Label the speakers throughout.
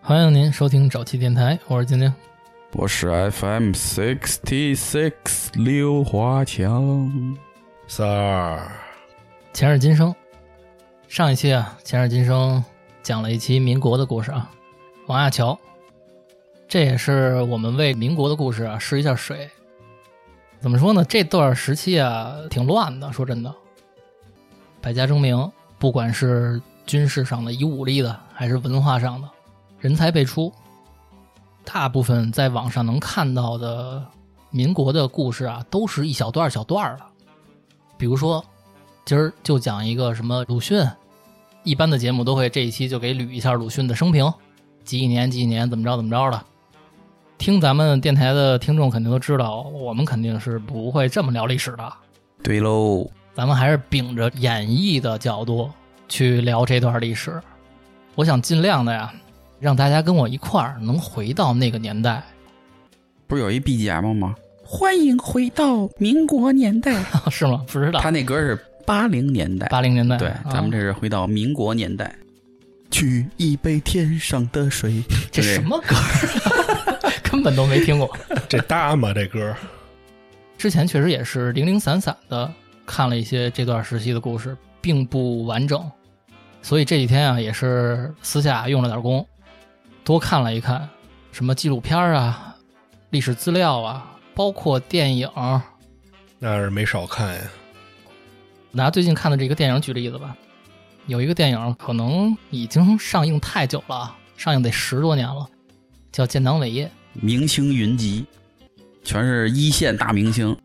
Speaker 1: 欢迎您收听早期电台，我是晶晶。
Speaker 2: 我是 FM sixty six 刘华强，
Speaker 3: 三儿，
Speaker 1: 前世今生，上一期啊，前世今生讲了一期民国的故事啊，王亚樵，这也是我们为民国的故事啊试一下水。怎么说呢？这段时期啊，挺乱的。说真的，百家争鸣，不管是军事上的、以武力的，还是文化上的，人才辈出。大部分在网上能看到的民国的故事啊，都是一小段儿小段儿的。比如说，今儿就讲一个什么鲁迅，一般的节目都会这一期就给捋一下鲁迅的生平，几几年几几年怎么着怎么着的。听咱们电台的听众肯定都知道，我们肯定是不会这么聊历史的，
Speaker 2: 对喽，
Speaker 1: 咱们还是秉着演绎的角度去聊这段历史。我想尽量的呀，让大家跟我一块儿能回到那个年代。
Speaker 2: 不是有一 BGM 吗？
Speaker 4: 欢迎回到民国年代，
Speaker 1: 是吗？不知 道
Speaker 2: 他，那歌是八零年代，
Speaker 1: 八零年代，
Speaker 2: 对
Speaker 1: 啊，
Speaker 2: 咱们这是回到民国年代。
Speaker 3: 取一杯天上的水。
Speaker 1: 这什么歌儿？ 根本都没听过。
Speaker 3: 这搭吗？这歌
Speaker 1: 之前确实也是零零散散的看了一些这段时期的故事，并不完整，所以这几天啊也是私下用了点功，多看了一看什么纪录片啊、历史资料啊，包括电影。
Speaker 3: 那是没少看呀。
Speaker 1: 拿最近看的这个电影举例子吧，有一个电影可能已经上映太久了啊，上映得十多年了，叫《建党伟业》。
Speaker 2: 明星云集，全是一线大明星。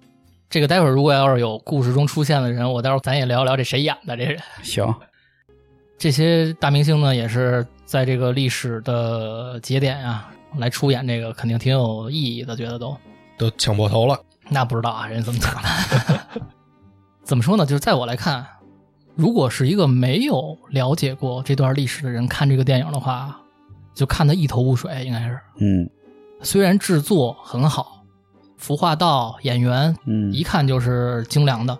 Speaker 1: 这个待会儿如果要是有故事中出现的人，我待会儿咱也聊一聊这谁演的这人。
Speaker 2: 行，
Speaker 1: 这些大明星呢，也是在这个历史的节点啊，来出演这个，肯定挺有意义的，觉得都。
Speaker 3: 都抢破头了，
Speaker 1: 那不知道啊，人怎么讲的？ 怎么说呢？就是在我来看，如果是一个没有了解过这段历史的人看这个电影的话，就看得一头雾水，应该是。
Speaker 2: 嗯
Speaker 1: 虽然制作很好，服化道、演员
Speaker 2: 嗯，
Speaker 1: 一看就是精良的，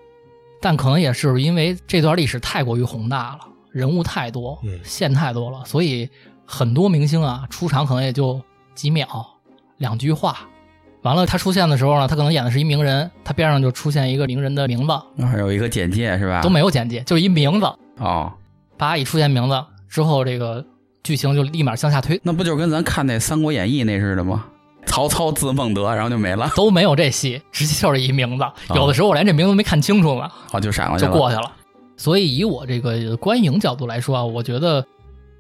Speaker 1: 但可能也是因为这段历史太过于宏大了，人物太多
Speaker 3: 嗯，
Speaker 1: 线太多了，所以很多明星啊出场可能也就几秒、两句话。完了，他出现的时候呢，他可能演的是一名人，他边上就出现一个名人的名
Speaker 5: 啊
Speaker 1: 字，
Speaker 2: 那还有一个简介是吧？
Speaker 1: 都没有简介，就一名字。
Speaker 2: 哦，
Speaker 1: 叭一出现名字之后，这个剧情就立马向下推，
Speaker 2: 那不就跟咱看那《三国演义》那似的吗？曹操字孟德，然后就没了，
Speaker 1: 都没有这戏，直接就是一名字。有的时候我连这名字都没看清楚呢。
Speaker 2: 哦，就闪过去
Speaker 1: 就
Speaker 2: 了。
Speaker 1: 过去了。所以以我这个观影角度来说啊，我觉得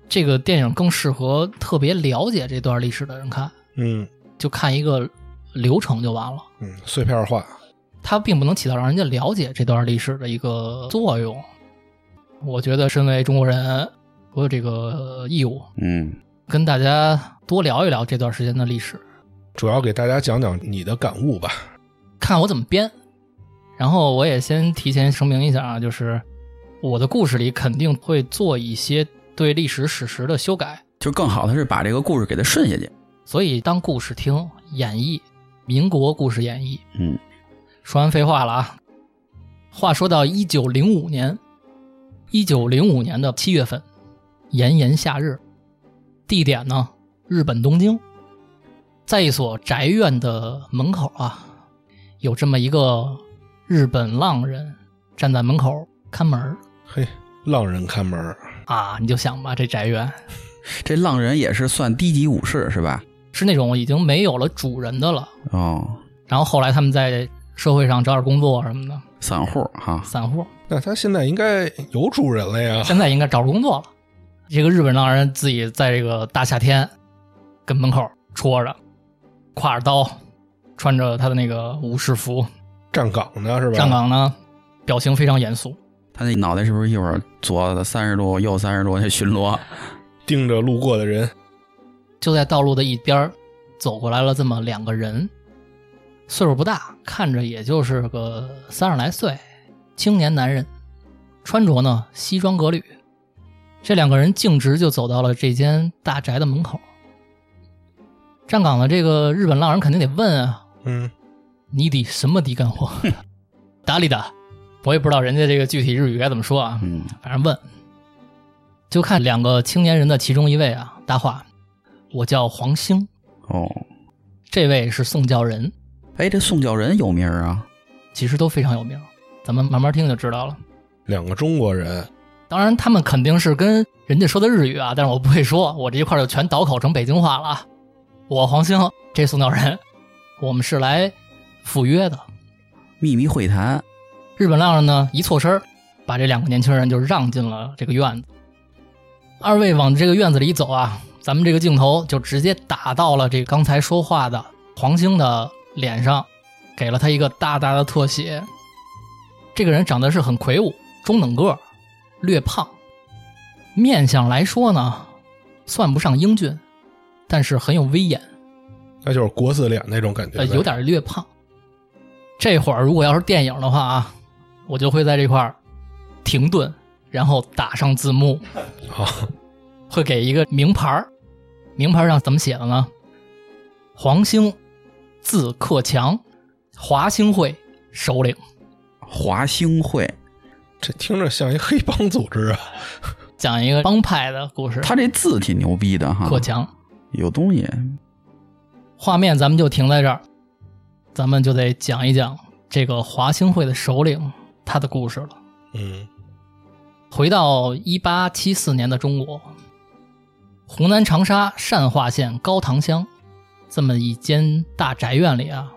Speaker 1: 这个电影更适合特别了解这段历史的人看，
Speaker 3: 嗯
Speaker 1: 就看一个流程就完了。
Speaker 3: 嗯，碎片化，
Speaker 1: 它并不能起到让人家了解这段历史的一个作用。我觉得身为中国人，我有这个义务
Speaker 2: 嗯，
Speaker 1: 跟大家多聊一聊这段时间的历史，
Speaker 3: 主要给大家讲讲你的感悟吧。
Speaker 1: 看我怎么编。然后我也先提前声明一下啊，就是我的故事里肯定会做一些对历史史实的修改，
Speaker 2: 就更好的是把这个故事给它顺下去。
Speaker 1: 所以当故事听演绎民国故事演绎。
Speaker 2: 嗯，
Speaker 1: 说完废话了啊。话说到一九零五年，一九零五年的七月份，炎炎夏日，地点呢日本东京，在一所宅院的门口啊，有这么一个日本浪人站在门口看门儿
Speaker 3: 嘿，浪人看门儿，
Speaker 1: 啊，你就想吧，这宅院
Speaker 2: 这浪人也是算低级武士是吧？
Speaker 1: 是那种已经没有了主人的了。
Speaker 2: 哦，
Speaker 1: 然后后来他们在社会上找点工作什么的，
Speaker 2: 散户哈，
Speaker 1: 散户，
Speaker 3: 那他现在应该有主人了呀？
Speaker 1: 现在应该找着工作了。这个日本浪人自己在这个大夏天，跟门口戳着，挎着刀，穿着他的那个武士服，
Speaker 3: 站岗呢是吧？
Speaker 1: 站。岗呢，表情非常严肃。
Speaker 2: 他那脑袋是不是一会儿左的三十度，右三十度去巡逻？
Speaker 3: 盯着路过的人，
Speaker 1: 就在道路的一边儿走过来了这么两个人，岁数不大，看着也就是个三十来岁青年男人，穿着呢西装革履。这两个人径直就走到了这间大宅的门口。站岗的这个日本浪人肯定得问啊，
Speaker 3: 嗯，
Speaker 1: 你得什么地干活？ 打理打，我也不知道人家这个具体日语该怎么说啊。
Speaker 2: 嗯，
Speaker 1: 反正问，就看两个青年人的其中一位啊，大话，我叫黄兴，
Speaker 2: 哦，
Speaker 1: 这位是宋教仁，
Speaker 5: 哎，这宋教仁有名儿啊，
Speaker 1: 其实都非常有名，咱们慢慢听就知道了。
Speaker 3: 两个中国人，
Speaker 1: 当然，他们肯定是跟人家说的日语啊，但是我不会说，我这一块儿就全倒口成北京话了啊。我黄兴，这宋教仁，我们是来赴约的。
Speaker 5: 秘密会谈，
Speaker 1: 日本浪人呢一错身儿，把这两个年轻人就让进了这个院子。二位往这个院子里一走啊，咱们这个镜头就直接打到了这刚才说话的黄兴的脸上，给了他一个大大的特写。这个人长得是很魁梧，中等个儿，略胖，面相来说呢，算不上英俊，但是很有威严。
Speaker 3: 那就是国字脸那种感觉呗，
Speaker 1: 呃，有点略胖。这会儿如果要是电影的话啊，我就会在这块儿停顿，然后打上字幕，
Speaker 3: 啊，
Speaker 1: 会给一个名牌儿，名牌儿上怎么写的呢？黄兴，字克强，华兴会首领。
Speaker 5: 华兴会，
Speaker 3: 这听着像一黑帮组织啊。
Speaker 1: 讲一个帮派的故事，
Speaker 5: 他这字挺牛逼的哈，
Speaker 1: 克强。
Speaker 5: 有东西，
Speaker 1: 画面咱们就停在这儿，咱们就得讲一讲这个华兴会的首领他的故事了。
Speaker 3: 嗯，
Speaker 1: 回到一八七四年的中国，湖南长沙善化县高塘乡这么一间大宅院里啊，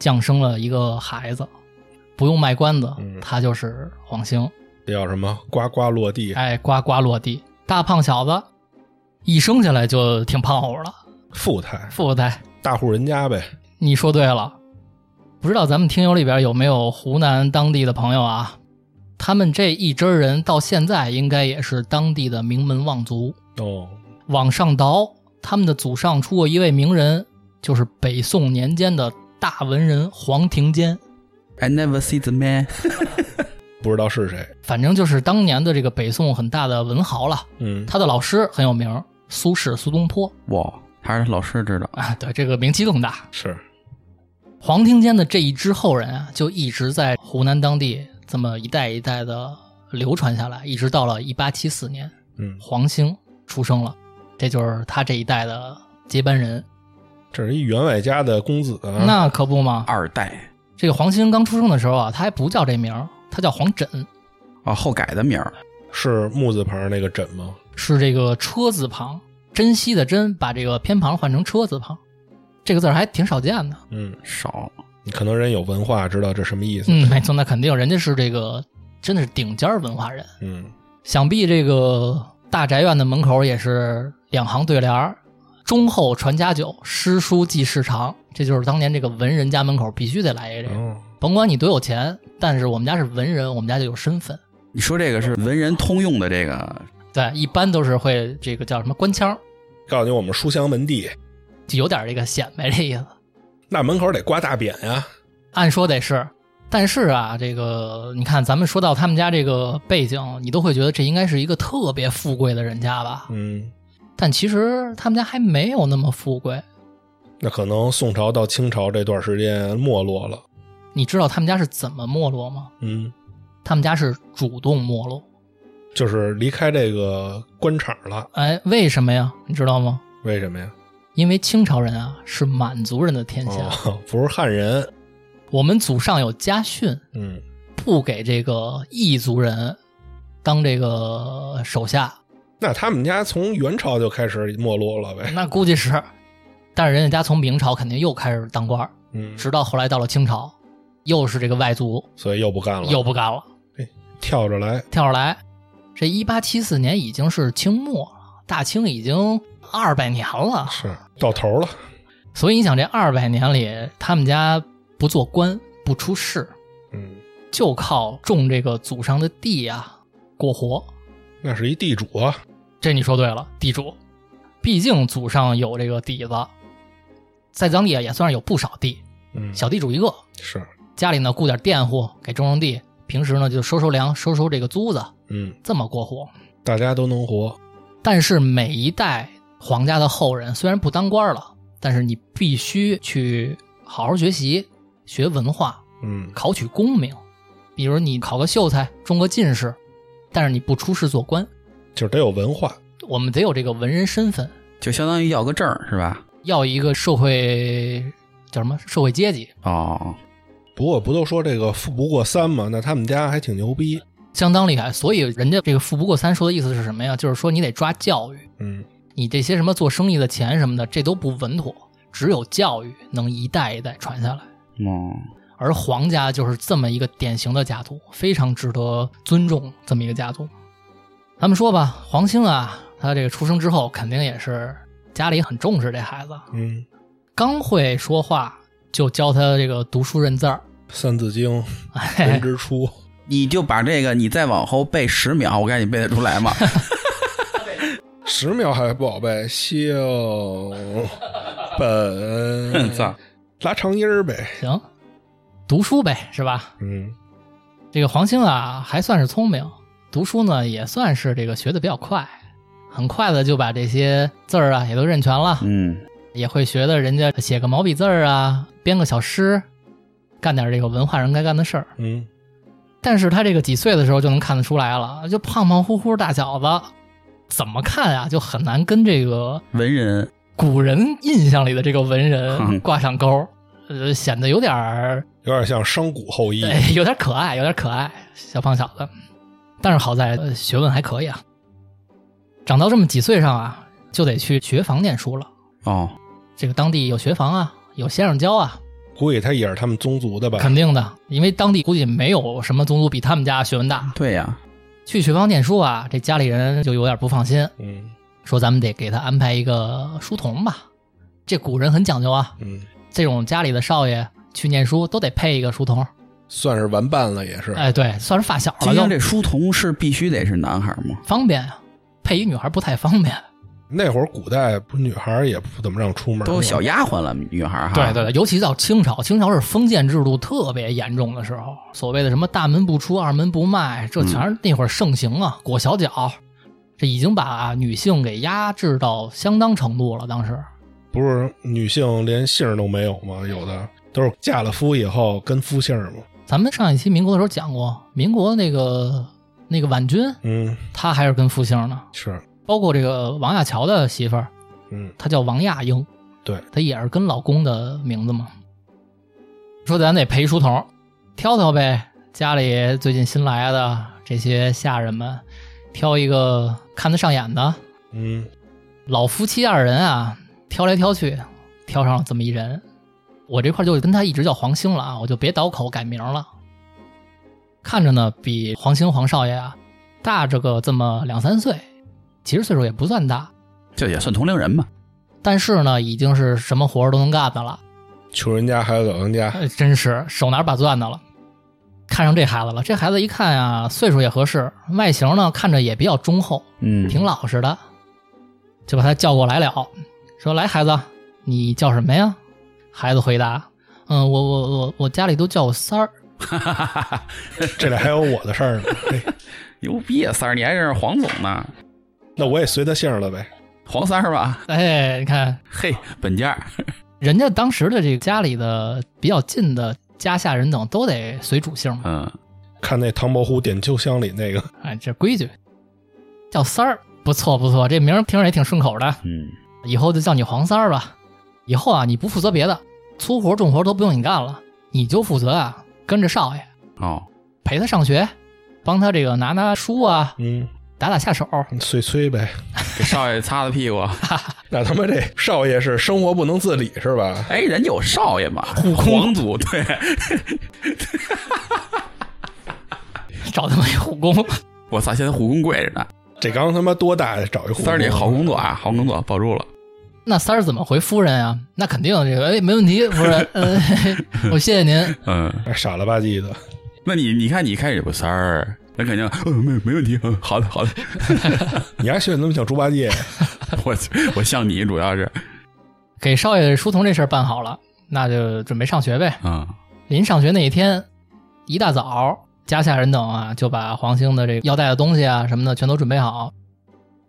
Speaker 1: 降生了一个孩子，不用卖关子
Speaker 3: 嗯，
Speaker 1: 他就是黄兴，
Speaker 3: 这叫什么？呱呱落地，
Speaker 1: 哎，呱呱落地，大胖小子，一生下来就挺胖乎了，
Speaker 3: 富态，
Speaker 1: 富态。
Speaker 3: 大户人家呗。
Speaker 1: 你说对了，不知道咱们听友里边有没有湖南当地的朋友啊？他们这一支人到现在应该也是当地的名门望族。
Speaker 3: 哦，
Speaker 1: 往上倒，他们的祖上出过一位名人，就是北宋年间的大文人黄庭坚。
Speaker 5: I never see the man，
Speaker 3: 不知道是谁。
Speaker 1: 反正就是当年的这个北宋很大的文豪了，
Speaker 3: 嗯，
Speaker 1: 他的老师很有名，苏轼、苏东坡
Speaker 5: 哇，还是老师知道，
Speaker 1: 啊，对这个名气更大。
Speaker 3: 是
Speaker 1: 黄庭坚的这一支后人啊，就一直在湖南当地这么一代一代的流传下来，一直到了一八七四年，
Speaker 3: 嗯，
Speaker 1: 黄兴出生了，这就是他这一代的接班人。
Speaker 3: 这是一员外家的公子啊。
Speaker 1: 那可不嘛，
Speaker 5: 二代
Speaker 1: 这个黄兴刚出生的时候啊，他还不叫这名儿，他叫黄枕，
Speaker 5: 啊，后改的名儿，
Speaker 3: 是木字旁那个枕吗？
Speaker 1: 是这个车字旁，珍惜的珍，把这个偏旁换成车字旁，这个字儿还挺少见的。
Speaker 3: 嗯，
Speaker 5: 少
Speaker 3: 可能人有文化，知道这什么意思。
Speaker 1: 嗯，没错，那肯定人家是这个真的是顶尖儿文化人，
Speaker 3: 嗯
Speaker 1: 想必这个大宅院的门口也是两行对联儿。忠厚传家久，诗书继世长。这就是当年这个文人家门口必须得来一这个，
Speaker 3: 哦，
Speaker 1: 甭管你多有钱，但是我们家是文人，我们家就有身份。
Speaker 5: 你说这个是文人通用的这个，
Speaker 1: 对，一般都是会这个叫什么官腔儿，
Speaker 3: 告诉你我们书香门第，
Speaker 1: 就有点这个显摆这意思。
Speaker 3: 那门口得挂大匾呀、
Speaker 1: 按说得是，但是啊，这个你看，咱们说到他们家这个背景，你都会觉得这应该是一个特别富贵的人家吧？
Speaker 3: 嗯，
Speaker 1: 但其实他们家还没有那么富贵。
Speaker 3: 那可能宋朝到清朝这段时间没落了。
Speaker 1: 你知道他们家是怎么没落吗？
Speaker 3: 嗯，
Speaker 1: 他们家是主动没落。
Speaker 3: 就是离开这个官场了。
Speaker 1: 哎，为什么呀？你知道吗？
Speaker 3: 为什么呀？
Speaker 1: 因为清朝人啊是满族人的天下，
Speaker 3: 哦， 不是汉人。
Speaker 1: 我们祖上有家训，
Speaker 3: 嗯，
Speaker 1: 不给这个异族人当这个手下，
Speaker 3: 那他们家从元朝就开始没落了 呗。
Speaker 1: 那估计是。但是人家家从明朝肯定又开始当官儿，
Speaker 3: 嗯，
Speaker 1: 直到后来到了清朝，又是这个外族
Speaker 3: 所以又不干了，
Speaker 1: 又不干了，
Speaker 3: 跳着来。
Speaker 1: 跳出来。这一八七四年已经是清末了，大清已经二百年了，
Speaker 3: 是到头了。
Speaker 1: 所以你想这二百年里，他们家不做官不出仕，
Speaker 3: 嗯，
Speaker 1: 就靠种这个祖上的地啊过活。
Speaker 3: 那是一地主啊。
Speaker 1: 这你说对了，地主，毕竟祖上有这个底子，在当地啊也算是有不少地，
Speaker 3: 嗯，
Speaker 1: 小地主一个，
Speaker 3: 是。
Speaker 1: 家里呢雇点佃户给种种地，平时呢就收收粮、收收这个租子，
Speaker 3: 嗯，
Speaker 1: 这么过活。
Speaker 3: 大家都能活。
Speaker 1: 但是每一代皇家的后人虽然不当官了，但是你必须去好好学习、学文化，
Speaker 3: 嗯，
Speaker 1: 考取功名。比如你考个秀才，中个进士，但是你不出仕做官，
Speaker 3: 就是得有文化。
Speaker 1: 我们得有这个文人身份，
Speaker 5: 就相当于要个证儿是吧？
Speaker 1: 要一个社会叫什么社会阶级，
Speaker 5: 哦，
Speaker 3: 不过不都说这个富不过三嘛，那他们家还挺牛逼。
Speaker 1: 相当厉害。所以人家这个富不过三说的意思是什么呀？就是说你得抓教育，
Speaker 3: 嗯，
Speaker 1: 你这些什么做生意的钱什么的，这都不稳妥，只有教育能一代一代传下来。
Speaker 5: 嗯，
Speaker 1: 而皇家就是这么一个典型的家族，非常值得尊重这么一个家族。咱们说吧，黄兴啊，他这个出生之后肯定也是家里很重视这孩子，
Speaker 3: 嗯，
Speaker 1: 刚会说话就教他这个读书认字儿，
Speaker 3: 《三字经》《人
Speaker 1: 哎，
Speaker 3: 之初》
Speaker 5: 你就把这个你再往后背十秒，我看你背得出来 吗？
Speaker 3: 十秒还不好背，性
Speaker 1: 嗯
Speaker 3: 本
Speaker 5: 操，
Speaker 3: 拉长音儿呗。
Speaker 1: 行，读书呗，是吧？
Speaker 3: 嗯，
Speaker 1: 这个黄兴啊，还算是聪明，读书呢也算是这个学的比较快，很快的就把这些字儿啊也都认全了。
Speaker 5: 嗯，
Speaker 1: 也会学的人家写个毛笔字儿啊，编个小诗，干点这个文化人该干的事儿。
Speaker 3: 嗯，
Speaker 1: 但是他这个几岁的时候就能看得出来了，就胖胖乎乎大小子，怎么看啊就很难跟这个
Speaker 5: 文人，
Speaker 1: 古人印象里的这个文人
Speaker 5: 嗯
Speaker 1: 挂上钩，呃，显得有点儿、
Speaker 3: 有点像商贾后裔。
Speaker 1: 哎有点可爱，有点可爱，小胖小子。但是好在、呃学问还可以啊，长到这么几岁上啊，就得去学房念书了。
Speaker 5: 哦，
Speaker 1: 这个当地有学房啊，有先生教啊，
Speaker 3: 估计他也是他们宗族的吧？
Speaker 1: 肯定的，因为当地估计没有什么宗族比他们家学问大。
Speaker 5: 对呀，
Speaker 1: 去学坊念书啊，这家里人就有点不放心，
Speaker 3: 嗯
Speaker 1: 说咱们得给他安排一个书童吧。这古人很讲究啊，
Speaker 3: 嗯，
Speaker 1: 这种家里的少爷去念书都得配一个书童。
Speaker 3: 算是完办了，也是。
Speaker 1: 哎，对，算是发小
Speaker 5: 今
Speaker 1: 了，
Speaker 5: 天
Speaker 1: 就
Speaker 5: 这书童是必须得是男孩吗？
Speaker 1: 方便啊。配一女孩不太方便。
Speaker 3: 那会儿古代不女孩儿也不怎么让出门，
Speaker 5: 都小。丫鬟了，女孩哈。
Speaker 1: 对对，对，尤其到清朝，清朝是封建制度特别严重的时候，所谓的什么大门不出、二门不迈，这全是那会儿盛行啊，裹小脚，这已经把女性给压制到相当程度了。当时，
Speaker 3: 不是女性连姓儿都没有吗？有的都是嫁了夫以后跟夫姓儿嘛。
Speaker 1: 咱们上一期民国的时候讲过，民国那个那个婉君，
Speaker 3: 嗯，
Speaker 1: 她还是跟傅姓呢，
Speaker 3: 是，
Speaker 1: 包括这个王亚乔的媳妇儿，
Speaker 3: 嗯
Speaker 1: 她叫王亚英，
Speaker 3: 对，
Speaker 1: 她也是跟老公的名字嘛。说咱得陪书童，挑挑呗，家里最近新来的这些下人们，挑一个看得上眼的。
Speaker 3: 嗯，
Speaker 1: 老夫妻二人啊，挑来挑去，挑上了这么一人。我这块就跟他一直叫黄兴了啊，我就别倒口改名了。看着呢，比黄兴黄少爷啊大着个这么两三岁，其实岁数也不算大，
Speaker 5: 这也算同龄人吧。
Speaker 1: 但是呢，已经是什么活儿都能干的了，
Speaker 3: 穷人家还有老人家，
Speaker 1: 呃真是手拿把攥的了。看上这孩子了，这孩子一看啊，岁数也合适，外形呢看着也比较忠厚，
Speaker 5: 嗯，
Speaker 1: 挺老实的，就把他叫过来了，说：“来，孩子，你叫什么呀？”孩子回答：“嗯，我我我我家里都叫我三儿。
Speaker 3: 这里还有我的事儿呢。哎
Speaker 5: 牛逼啊！三儿，你还认识黄总呢？
Speaker 3: 那我也随他姓儿了呗。
Speaker 5: 黄三儿吧？”
Speaker 1: 哎，你看
Speaker 5: 嘿，本家
Speaker 1: 人家当时的这个家里的比较近的家下人等都得随主姓嘛，
Speaker 5: 嗯，
Speaker 3: 看那唐伯虎点秋香里那个，
Speaker 1: 哎，这规矩。叫三儿，不错不错，这名儿听着也挺顺口的，
Speaker 5: 嗯，
Speaker 1: 以后就叫你黄三儿吧。以后啊，你不负责别的，粗活重活都不用你干了，你就负责啊跟着少爷。
Speaker 5: 哦，
Speaker 1: 陪他上学，帮他这个拿拿书啊，
Speaker 3: 嗯，
Speaker 1: 打打下手。
Speaker 3: 碎催呗。
Speaker 5: 给少爷擦擦 屁股。
Speaker 3: 那他妈这少爷是生活不能自理是吧？
Speaker 5: 哎，人家有少爷嘛，
Speaker 1: 护空
Speaker 5: 皇族对，
Speaker 1: 找他们一护工，
Speaker 5: 我操，现在护工贵着呢。
Speaker 3: 这刚他妈多大找一户
Speaker 5: 三儿，你好工作啊，好工作，保住了。
Speaker 1: 那三儿怎么回夫人啊？那肯定这个哎，没问题，夫人， 嗯、我谢谢您。
Speaker 5: 嗯，
Speaker 3: 哎傻了吧唧的。
Speaker 5: 那你你看，你看有三儿，那肯定， 嗯，没没问题，嗯，好的好的。
Speaker 3: 你还学得那么像猪八戒？
Speaker 5: 我我像你主要是，
Speaker 1: 给少爷书童这事儿办好了，那就准备上学呗。
Speaker 5: 嗯，
Speaker 1: 临上学那一天，一大早，家下人等啊，就把黄兴的这个要带的东西啊什么的全都准备好，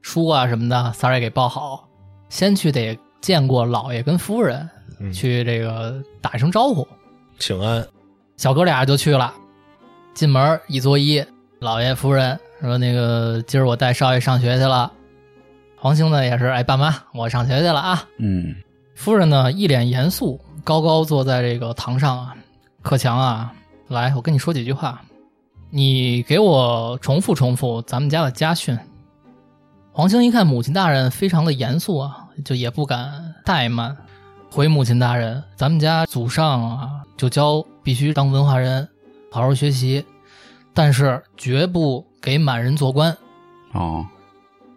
Speaker 1: 书啊什么的，三儿也给抱好，先去得见过老爷跟夫人，
Speaker 3: 嗯
Speaker 1: 去这个打一声招呼。
Speaker 3: 请安。
Speaker 1: 小哥俩就去了，进门一作揖，老爷夫人说：“那个今儿我带少爷上学去了。”黄兴呢也是，哎，爸妈，我上学去了啊。
Speaker 5: 嗯，
Speaker 1: 夫人呢一脸严肃，高高坐在这个堂上啊。克强啊，来，我跟你说几句话，你给我重复重复咱们家的家训。黄兴一看母亲大人非常的严肃啊，就也不敢怠慢，回母亲大人，咱们家祖上啊就教必须当文化人，好好学习，但是绝不给满人做官。
Speaker 5: 哦，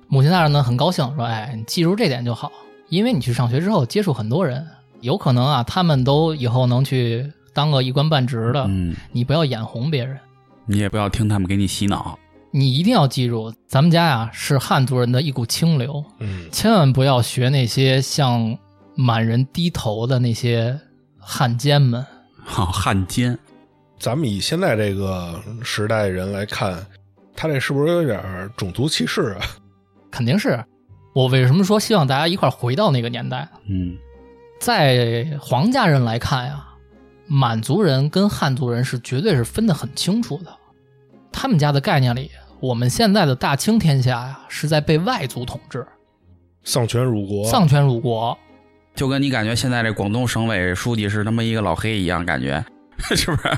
Speaker 1: 母亲大人呢很高兴，说：“哎，你记住这点就好，因为你去上学之后接触很多人，有可能啊，他们都以后能去当个一官半职的，
Speaker 5: 嗯，
Speaker 1: 你不要眼红别人，
Speaker 5: 你也不要听他们给你洗脑。
Speaker 1: 你一定要记住，咱们家呀、是汉族人的一股清流，
Speaker 3: 嗯，
Speaker 1: 千万不要学那些向满人低头的那些汉奸们。
Speaker 5: 好、汉奸，
Speaker 3: 咱们以现在这个时代人来看，他这是不是有点儿种族歧视啊？
Speaker 1: 肯定是我为什么说希望大家一块儿回到那个年代呢？
Speaker 5: 嗯，
Speaker 1: 在皇家人来看呀，满族人跟汉族人是绝对是分得很清楚的。他们家的概念里，我们现在的大清天下呀，是在被外族统治，
Speaker 3: 丧权辱国，啊
Speaker 1: 丧权辱国。
Speaker 5: 就跟你感觉现在这广东省委书记是他妈一个老黑一样，感觉 是不是？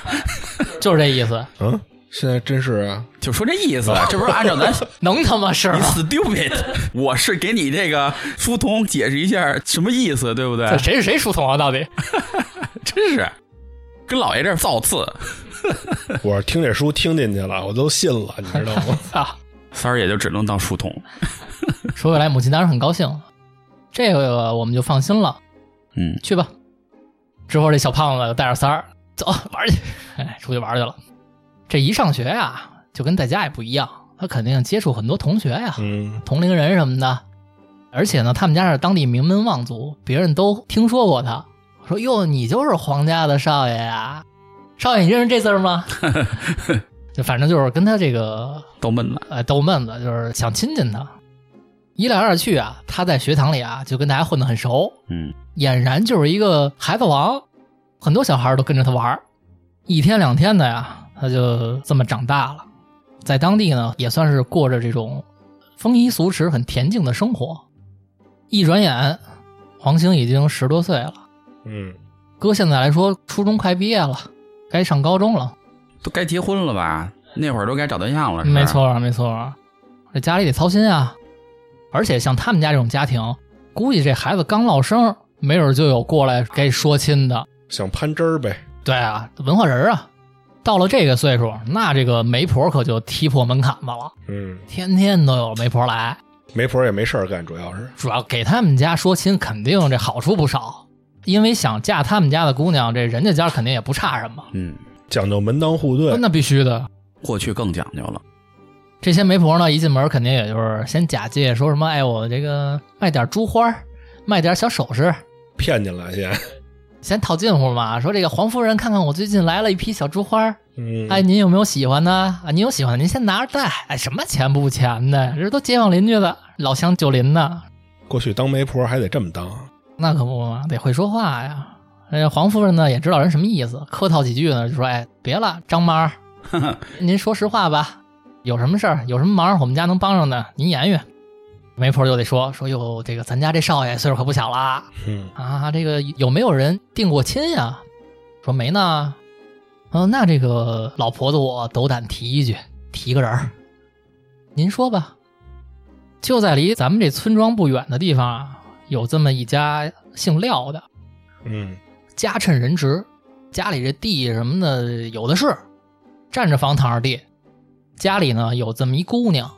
Speaker 1: 就是这意思，
Speaker 3: 嗯，现在真是啊，
Speaker 5: 就说这意 思，这不是按照咱
Speaker 1: 能他妈是
Speaker 5: 你
Speaker 1: 吗？
Speaker 5: stupid，我是给你这个书童解释一下什么意思，对不对
Speaker 1: 这？谁是谁书童啊？到底
Speaker 5: 真是跟老爷这儿造次。
Speaker 3: 我听这书听进去了，我都信了，你知道 吗？
Speaker 1: 啊？
Speaker 5: 三儿也就只能当书童。
Speaker 1: 说回来，母亲当然很高兴了，这个我们就放心了。
Speaker 5: 嗯，
Speaker 1: 去吧。之后这小胖子带着三儿走 玩去，哎，出去玩去了。这一上学呀、就跟在家也不一样，他肯定接触很多同学呀、
Speaker 3: 嗯，
Speaker 1: 同龄人什么的。而且呢，他们家是当地名门望族，别人都听说过他。说哟，你就是皇家的少爷呀、少爷，你认识这字儿吗？就反正就是跟他这个
Speaker 5: 逗闷子。
Speaker 1: 呃逗闷子，就是想亲近他。一来二去啊，他在学堂里啊就跟大家混得很熟，
Speaker 5: 嗯，
Speaker 1: 俨然就是一个孩子王，很多小孩都跟着他玩儿一天两天的呀，他就这么长大了，在当地呢也算是过着这种丰衣足食、很恬静的生活。一转眼，黄兴已经十多岁了，
Speaker 3: 嗯，
Speaker 1: 搁现在来说，初中快毕业了，该上高中了。
Speaker 5: 都该结婚了吧？那会儿都该找对象了。是吧
Speaker 1: 没，错儿，没错儿，这家里得操心啊。而且像他们家这种家庭，估计这孩子刚落生，没准就有过来给说亲的。
Speaker 3: 想攀枝儿呗，
Speaker 1: 对啊，文化人儿啊，到了这个岁数，那这个媒婆可就踢破门槛子了，
Speaker 3: 嗯，
Speaker 1: 天天都有媒婆来。
Speaker 3: 媒婆也没事儿干，主要是，
Speaker 1: 主要给他们家说亲，肯定这好处不少，因为想嫁他们家的姑娘，这人家家肯定也不差什么，
Speaker 5: 嗯，
Speaker 3: 讲究门当户对，
Speaker 1: 那必须的。
Speaker 5: 过去更讲究了。
Speaker 1: 这些媒婆呢，一进门肯定也就是先假借说什么，哎，我这个卖点珠花儿，卖点小首饰，
Speaker 3: 骗进来先，
Speaker 1: 先套近乎嘛。说这个黄夫人，看看我最近来了一批小珠花儿，
Speaker 3: 嗯，
Speaker 1: 哎，您有没有喜欢的？啊，您有喜欢的，您先拿着戴。哎，什么钱不钱的，这都街坊邻居的，老乡九邻的，
Speaker 3: 过去当媒婆还得这么当，
Speaker 1: 那可不嘛，得会说话呀。哎，黄夫人呢也知道人什么意思，客套几句呢，就说：“哎，别了，张妈儿，您说实话吧，有什么事儿，有什么忙，我们家能帮上的，您言语。”媒婆就得说：“说哟，这个咱家这少爷岁数可不小啦，
Speaker 3: 嗯，
Speaker 1: 啊，这个有没有人定过亲呀？说没呢。嗯、那这个老婆子我斗胆提一句，提个人儿，您说吧。就在离咱们这村庄不远的地方啊，有这么一家姓廖的，
Speaker 3: 嗯，
Speaker 1: 家趁人直，家里这地什么的有的是，占着房躺着地。家里呢有这么一姑娘，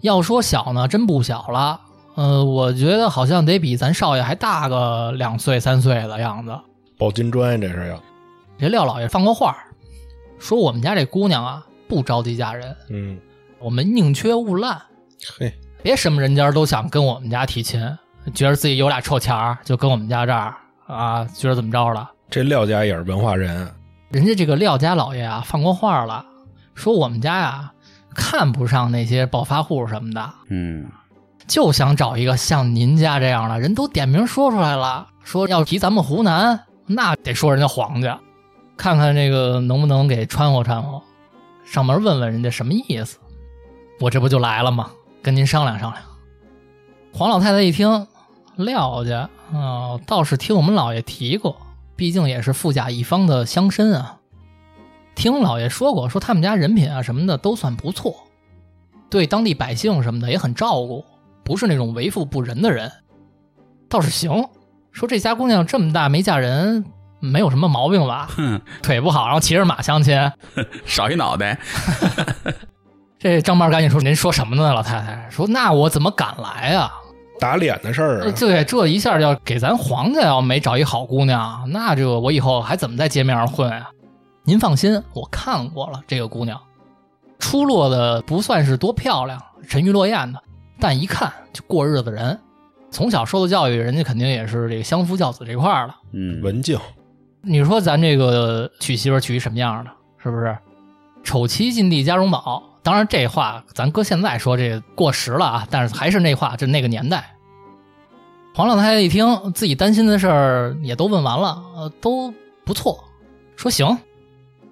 Speaker 1: 要说小呢，真不小了。呃，我觉得好像得比咱少爷还大个两岁三岁的样子。
Speaker 3: 抱金砖这是要，
Speaker 1: 这廖老爷放过话儿，说我们家这姑娘啊不着急嫁人，
Speaker 3: 嗯，
Speaker 1: 我们宁缺毋滥，
Speaker 3: 嘿，
Speaker 1: 别什么人家都想跟我们家提亲，觉得自己有俩臭钱儿就跟我们家这儿啊，觉得怎么着了。
Speaker 3: 这廖家也是文化人，
Speaker 1: 人家这个廖家老爷啊，放过话了，说我们家呀、看不上那些暴发户什么的，
Speaker 5: 嗯，
Speaker 1: 就想找一个像您家这样的人，都点名说出来了，说要提咱们湖南，那得说人家黄家，看看这个能不能给掺和掺和，上门问问人家什么意思。我这不就来了吗？跟您商量商量。黄老太太一听，廖家啊、倒是听我们老爷提过，毕竟也是富甲一方的乡绅啊。听老爷说过，说他们家人品啊什么的都算不错，对当地百姓什么的也很照顾，不是那种为富不仁的人，倒是行。说这家姑娘这么大没嫁人，没有什么毛病吧？
Speaker 5: 哼，
Speaker 1: 腿不好，然后骑着马相亲，
Speaker 5: 少一脑袋，
Speaker 1: 这张八赶紧说：“您说什么呢，老太太？”说：“那我怎么敢来啊？
Speaker 3: 打脸的事儿
Speaker 1: 呃
Speaker 3: 啊，
Speaker 1: 对，这一下要给咱黄家要没找一好姑娘，那这我以后还怎么在街面上混啊？您放心，我看过了这个姑娘，出落的不算是多漂亮，沉鱼落雁的，但一看就过日子人。从小受的教育，人家肯定也是这个相夫教子这块儿的。
Speaker 5: 嗯，
Speaker 3: 文静
Speaker 1: 你说咱这个娶媳妇儿娶什么样的？是不是？丑妻近地家中宝。当然，这话咱搁现在说这过时了啊，但是还是那话，就那个年代。黄老太太一听自己担心的事儿也都问完了，呃，都不错，说行，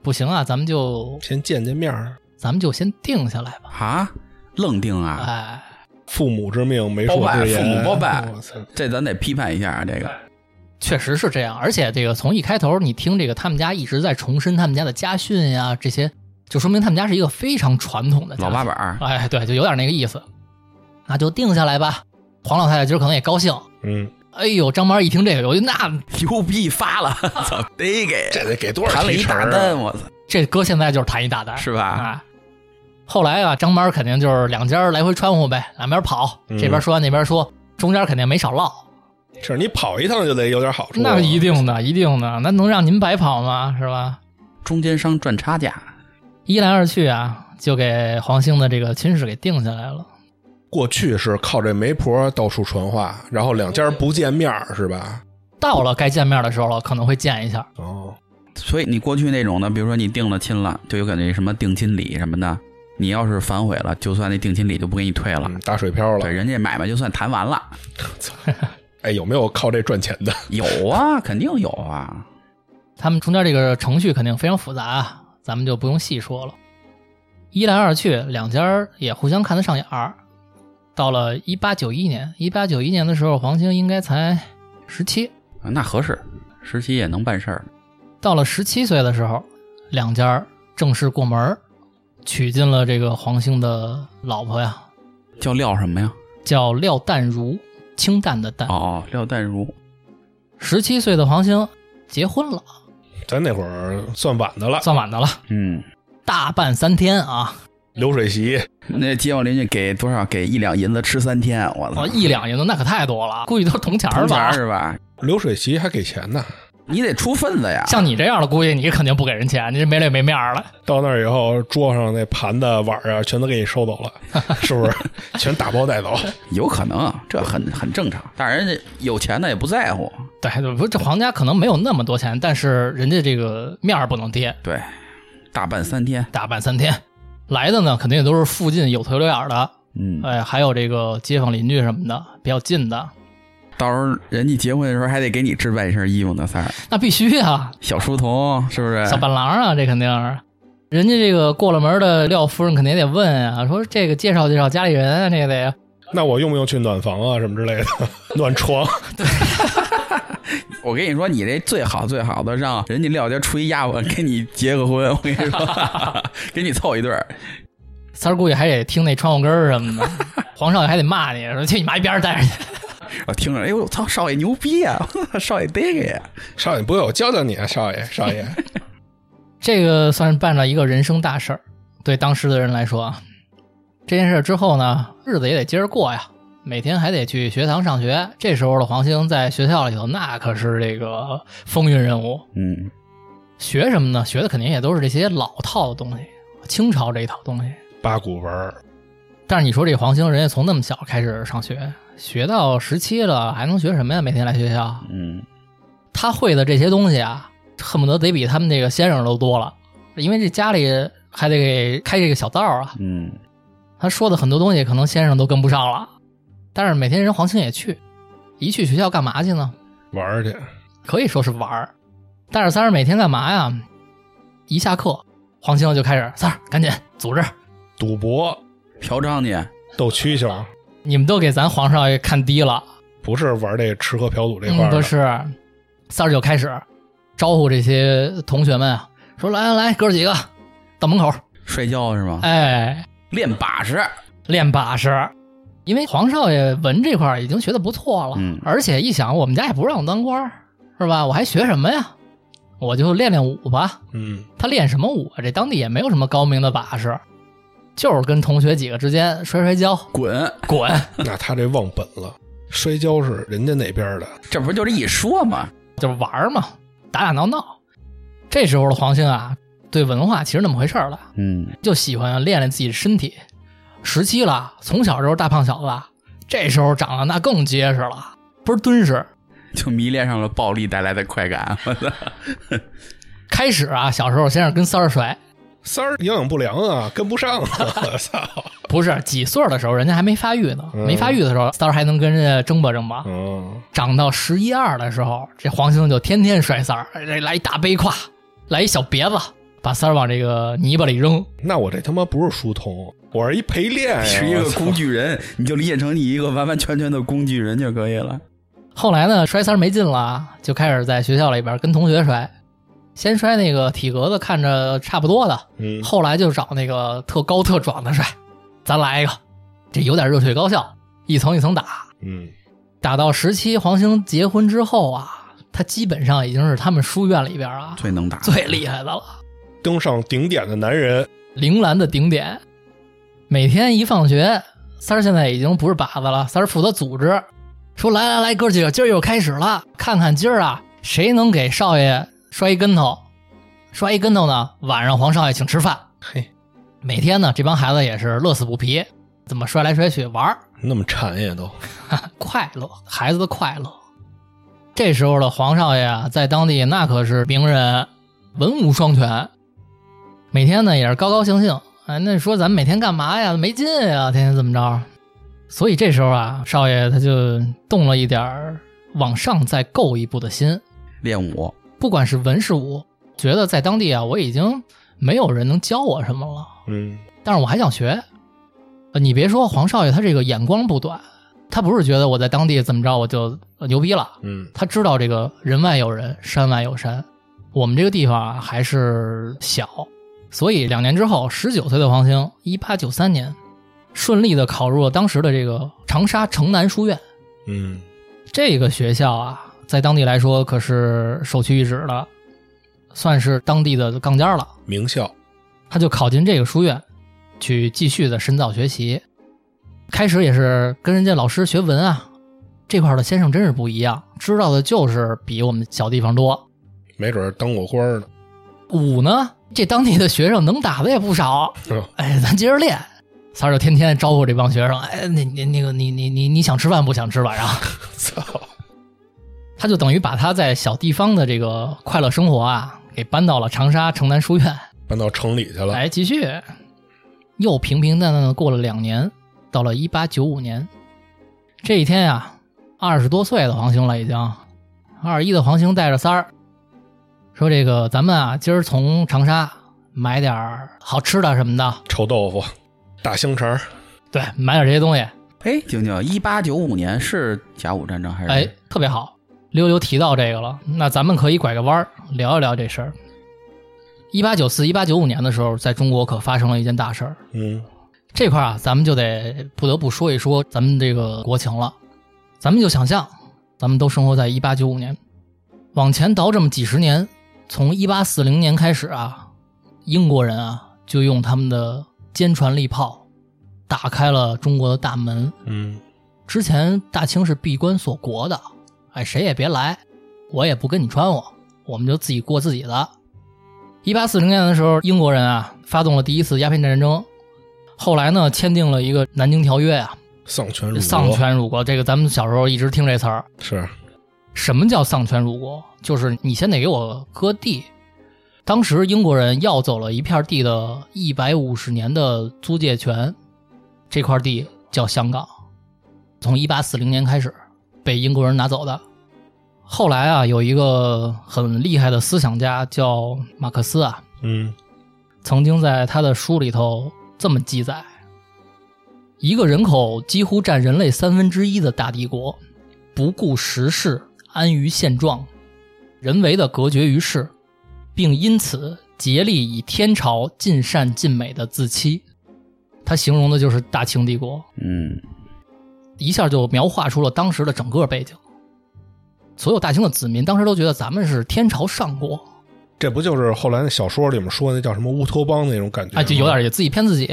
Speaker 1: 不行啊，咱们就
Speaker 3: 先见见面儿，
Speaker 1: 咱们就先定下来吧。
Speaker 5: 啊，愣定啊，
Speaker 1: 哎，
Speaker 3: 父母之命，媒
Speaker 5: 包
Speaker 3: 妁
Speaker 5: 办
Speaker 3: 之言，
Speaker 5: 父母包办
Speaker 3: 我操，
Speaker 5: 这咱得批判一下啊，这个，
Speaker 1: 确实是这样，而且这个从一开头你听这个他们家一直在重申他们家的家训呀、这些，就说明他们家是一个非常传统的家
Speaker 5: 老八
Speaker 1: 庭
Speaker 5: 板儿，
Speaker 1: 哎，对，就有点那个意思。那就定下来吧。黄老太太今儿可能也高兴。
Speaker 3: 嗯，
Speaker 1: 哎呦，张毛一听这个，我就那
Speaker 5: 牛逼发了， 操，得给
Speaker 3: 这得给多少
Speaker 5: 盘了
Speaker 3: 提
Speaker 5: 一
Speaker 3: 成
Speaker 5: 大
Speaker 3: 啊
Speaker 5: 单，我操，
Speaker 1: 这搁现在就是谈一大单，
Speaker 5: 是吧？
Speaker 1: 啊。后来啊，张毛肯定就是两家来回穿呼呗，两边跑，
Speaker 3: 嗯
Speaker 1: 这边说那边说，中间肯定没少落。
Speaker 3: 是你跑一趟就得有点好处啊，
Speaker 1: 那一定的，一定的，那能让您白跑吗？是吧？
Speaker 5: 中间商赚差价，
Speaker 1: 一来二去啊，就给黄兴的这个亲事给定下来了。
Speaker 3: 过去是靠这媒婆到处传话，然后两家不见面儿是吧？
Speaker 1: 到了该见面的时候了，可能会见一下。
Speaker 3: 哦，
Speaker 5: 所以你过去那种的，比如说你定了亲了，就有可能什么定亲礼什么的，你要是反悔了，就算那定亲礼就不给你退了，
Speaker 3: 嗯，打水漂
Speaker 5: 对，
Speaker 3: 了。
Speaker 5: 人家买卖就算谈完了。
Speaker 3: 哎，有没有靠这赚钱的？
Speaker 5: 有啊，肯定有啊。
Speaker 1: 他们中间这个程序肯定非常复杂啊，咱们就不用细说了。一来二去，两家儿也互相看得上眼儿。到了一八九一年，一八九一年的时候，黄兴应该才十七。
Speaker 5: 啊那合适，实习也能办事儿。
Speaker 1: 到了十七岁的时候，两家儿正式过门儿，娶进了这个黄兴的老婆呀，
Speaker 5: 叫廖什么呀？
Speaker 1: 叫廖淡如，清淡的淡。
Speaker 5: 哦，廖淡如。
Speaker 1: 十七岁的黄兴结婚了，
Speaker 3: 咱那会儿算晚的了，
Speaker 1: 算晚的了，
Speaker 5: 嗯，
Speaker 1: 大办三天啊，
Speaker 3: 流水席
Speaker 5: 那街坊邻居给多少？给一两银子吃三天，我操
Speaker 1: 我，哦一两银子那可太多了，估计都是铜钱儿
Speaker 5: 铜钱
Speaker 1: 吧
Speaker 5: 儿？是吧？
Speaker 3: 流水席还给钱呢。
Speaker 5: 你得出份子呀。
Speaker 1: 像你这样的，估计你肯定不给人钱，你这没脸没面儿了。
Speaker 3: 到那儿以后，桌上那盘子碗啊，全都给你收走 了，是不是？全打包带走。
Speaker 5: 有可能，这很很正常。但人家有钱的也不在乎。
Speaker 1: 对，不是这皇家可能没有那么多钱，但是人家这个面儿不能跌，
Speaker 5: 对，大办三天。
Speaker 1: 大办三天，来的呢肯定也都是附近有头有脸儿的，
Speaker 5: 嗯，
Speaker 1: 哎，还有这个街坊邻居什么的，比较近的，
Speaker 5: 到时候人家结婚的时候还得给你置办一身衣服呢，三儿。
Speaker 1: 那必须啊，
Speaker 5: 小书童是不是？
Speaker 1: 小伴郎啊，这肯定是。人家这个过了门的廖夫人肯定也得问啊，说这个介绍介绍家里人啊，这个得
Speaker 3: 那我用不用去暖房啊，什么之类的， 暖床？
Speaker 5: 我跟你说，你这最好最好的，让人家廖家出一丫鬟 跟你结个婚，我跟你说， 给你凑一对儿。
Speaker 1: 三儿估计还得听那窗户根儿什么的， 皇上还得骂你说去你妈一边儿待着去。
Speaker 5: 我听着，哎呦，我操，少爷牛逼呀、 少爷得给呀！
Speaker 3: 少爷，不会我教教你啊，少 爷，少爷。
Speaker 1: 这个算是办了一个人生大事儿，对当时的人来说啊，这件事儿之后呢，日子也得接着过呀，每天还得去学堂上学。这时候的黄兴在学校里头，那可是这个风云人物，
Speaker 5: 嗯，
Speaker 1: 学什么呢？学的肯定也都是这些老套的东西，清朝这一套东西。
Speaker 3: 八股文儿，
Speaker 1: 但是你说这黄兴，人家从那么小开始上学，学到十七了，还能学什么呀？每天来学校，
Speaker 5: 嗯，
Speaker 1: 他会的这些东西啊，恨不得得比他们这个先生都多了，因为这家里还得给开这个小灶啊。
Speaker 5: 嗯，
Speaker 1: 他说的很多东西，可能先生都跟不上了。但是每天人黄兴也去，一去学校干嘛去呢？
Speaker 3: 玩儿去。
Speaker 1: 可以说是玩儿。但是三儿每天干嘛呀？一下课，黄兴就开始三儿赶紧组织
Speaker 3: 赌博、
Speaker 5: 嫖娼去，
Speaker 3: 斗蛐蛐儿，
Speaker 1: 你们都给咱皇少爷看低了，
Speaker 3: 不是玩这吃喝嫖赌这块
Speaker 1: 嗯，
Speaker 3: 儿的、
Speaker 1: 不是，三十九开始招呼这些同学们啊，说来来来，哥几个到门口，
Speaker 5: 摔跤是吗？
Speaker 1: 哎，
Speaker 5: 练把式，
Speaker 1: 练把式。因为皇少爷文这块儿已经学的不错了，
Speaker 5: 嗯
Speaker 1: 而且一想，我们家也不让我当官儿，是吧？我还学什么呀？我就练练武吧。
Speaker 3: 嗯，
Speaker 1: 他练什么武啊？这当地也没有什么高明的把式，就是跟同学几个之间摔摔跤、
Speaker 5: 滚！
Speaker 1: 滚。
Speaker 3: 那他这忘本了。 摔跤是人家那边的，
Speaker 5: 这不就这一说吗？
Speaker 1: 就是玩儿嘛，打打闹闹。这时候的黄兴啊，对文化其实那么回事儿了，
Speaker 5: 嗯，
Speaker 1: 就喜欢练练自己的身体。十七了，从小就是大胖小子，这时候长得那更结实了，不是敦实。
Speaker 5: 就迷恋上了暴力带来的快感。 我操！
Speaker 1: 开始啊，小时候先是跟三儿摔，
Speaker 3: 三儿营养不良啊，跟不 上啊！操，
Speaker 1: 不是几岁的时候，人家还没发育呢，
Speaker 3: 嗯
Speaker 1: 没发育的时候，三儿还能跟人家争吧争吧。
Speaker 3: 嗯，
Speaker 1: 长到十一二的时候，这黄兴就天天摔三儿，来来一大背胯，来一小别子，把三儿往这个泥巴里扔。
Speaker 3: 那我这他妈不是疏通，我是一陪练呀、
Speaker 5: 你 是一个
Speaker 3: 我操
Speaker 5: 工具人，你就理解成你一个完完全全的工具人就可以了。
Speaker 1: 后来呢，摔三儿没劲了，就开始在学校里边跟同学摔，先摔那个体格子看着差不多的，
Speaker 3: 嗯，
Speaker 1: 后来就找那个特高特壮的摔，咱来一个，这有点热血高校，一层一层打，
Speaker 3: 嗯，
Speaker 1: 打到十七黄兴结婚之后啊，他基本上已经是他们书院里边啊
Speaker 5: 最能打，
Speaker 1: 最厉害的了，
Speaker 3: 登上顶点的男人，
Speaker 1: 铃兰的顶点。每天一放学，三儿现在已经不是靶子了，三儿负责组织，说来来来，哥几个，今儿又开始了，看看今儿啊，谁能给少爷摔一跟头，摔一跟头呢，晚上皇少爷请吃饭。
Speaker 3: 嘿，
Speaker 1: 每天呢，这帮孩子也是乐此不疲，怎么摔来摔去玩儿，
Speaker 3: 那么馋呀都，
Speaker 1: 快乐，孩子的快乐。这时候的黄少爷啊，在当地那可是名人，文武双全，每天呢也是高高兴兴。哎，那说咱们每天干嘛呀？没劲呀，天天怎么着？所以这时候啊，少爷他就动了一点儿往上再够一步的心，
Speaker 5: 练武，
Speaker 1: 不管是文是武，觉得在当地啊，我已经没有人能教我什么了。
Speaker 3: 嗯，
Speaker 1: 但是我还想学。呃，你别说黄少爷，他这个眼光不短，他不是觉得我在当地怎么着我就呃牛逼了，
Speaker 3: 嗯，
Speaker 1: 他知道这个人外有人，山外有山，我们这个地方啊还是小，所以两年之后，十九岁的黄兴，一八九三年，顺利的考入了当时的这个长沙城南书院。
Speaker 3: 嗯，
Speaker 1: 这个学校啊，在当地来说可是首屈一指的，算是当地的杠尖儿了。
Speaker 3: 名校，
Speaker 1: 他就考进这个书院，去继续的深造学习。开始也是跟人家老师学文啊，这块儿的先生真是不一样，知道的就是比我们小地方多。
Speaker 3: 没准儿当过官儿呢。
Speaker 1: 武呢，这当地的学生能打的也不少，
Speaker 3: 嗯
Speaker 1: 哎，咱接着练。三儿就天天招呼这帮学生，哎，你你那个你你你你想吃饭不想吃晚上？
Speaker 3: 操，
Speaker 1: 他就等于把他在小地方的这个快乐生活啊，给搬到了长沙城南书院。
Speaker 3: 搬到城里去了。
Speaker 1: 来，继续，又平平淡淡的过了两年，到了一八九五年，这一天呀、二十多岁的黄兴了已经，二十一的黄兴带着三儿，说这个咱们啊，今儿从长沙买点儿好吃的什么的，
Speaker 3: 臭豆腐、大香肠儿，
Speaker 1: 对，买点这些东西，
Speaker 5: 哎，静静，一八九五年是甲午战争还是？
Speaker 1: 哎，特别好。溜溜提到这个了，那咱们可以拐个弯儿聊一聊这事儿。一八九四、一八九五年的时候，在中国可发生了一件大事儿，
Speaker 3: 嗯，
Speaker 1: 这块儿啊，咱们就得不得不说一说咱们这个国情了。咱们就想象，咱们都生活在一八九五年，往前倒这么几十年，从一八四零年开始啊，英国人啊就用他们的坚船利炮打开了中国的大门。
Speaker 3: 嗯，
Speaker 1: 之前大清是闭关锁国的，哎，谁也别来，我也不跟你穿我，我们就自己过自己的。一八四零年的时候，英国人啊发动了第一次鸦片战争，后来呢签订了一个《南京条约》啊，
Speaker 3: 丧权辱国，
Speaker 1: 丧权辱国。这个咱们小时候一直听这词儿。
Speaker 3: 是，
Speaker 1: 什么叫丧权辱国？就是你先得给我割地。当时英国人要走了一片地的一百五十年的租借权，这块地叫香港，从一八四零年开始被英国人拿走的。后来啊，有一个很厉害的思想家叫马克思啊，
Speaker 3: 嗯，
Speaker 1: 曾经在他的书里头这么记载：一个人口几乎占人类三分之一的大帝国，不顾时事，安于现状，人为的隔绝于世，并因此竭力以天朝尽善尽美的自欺。他形容的就是大清帝国，
Speaker 5: 嗯，
Speaker 1: 一下就描画出了当时的整个背景。所有大清的子民当时都觉得咱们是天朝上国
Speaker 3: 这不就是后来那小说里面说那叫什么乌托邦那种感觉吗？
Speaker 1: 啊，就有点也自己骗自己。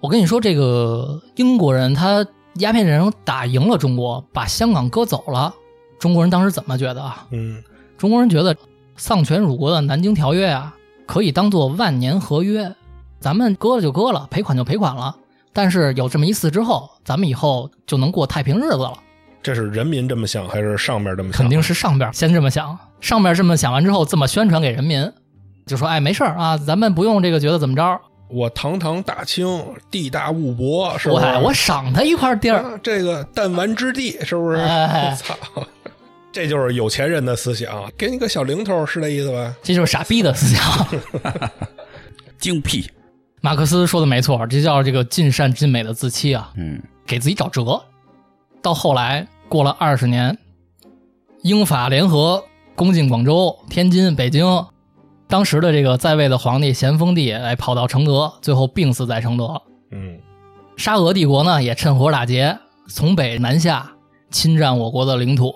Speaker 1: 我跟你说，这个英国人他鸦片战争打赢了中国，把香港割走了，中国人当时怎么觉得啊？
Speaker 3: 嗯，
Speaker 1: 中国人觉得丧权辱国的《南京条约》啊，可以当做万年合约，咱们割了就割了，赔款就赔款了。但是有这么一次之后，咱们以后就能过太平日子了。
Speaker 3: 这是人民这么想还是上面这么想？
Speaker 1: 肯定是上边儿先这么想，上边儿这么想完之后，这么宣传给人民，就说哎没事儿啊，咱们不用这个觉得怎么着，
Speaker 3: 我堂堂大清，地大物博，是不
Speaker 1: 我
Speaker 3: 是？
Speaker 1: 我赏他一块地儿，
Speaker 3: 啊这个弹丸之地，是不是？
Speaker 1: 哎
Speaker 3: 我 操，这就是有钱人的思想，给你个小零头是这意思吧？
Speaker 1: 这就是傻逼的思想。
Speaker 5: 精辟，
Speaker 1: 马克思说的没错，这叫这个尽善尽美的自欺啊，
Speaker 5: 嗯
Speaker 1: 给自己找辙。到后来过了二十年，英法联合攻进广州、天津、北京，当时的这个在位的皇帝咸丰帝哎跑到承德，最后病死在承德了。
Speaker 3: 嗯，
Speaker 1: 沙俄帝国呢也趁火打劫，从北南下侵占我国的领土，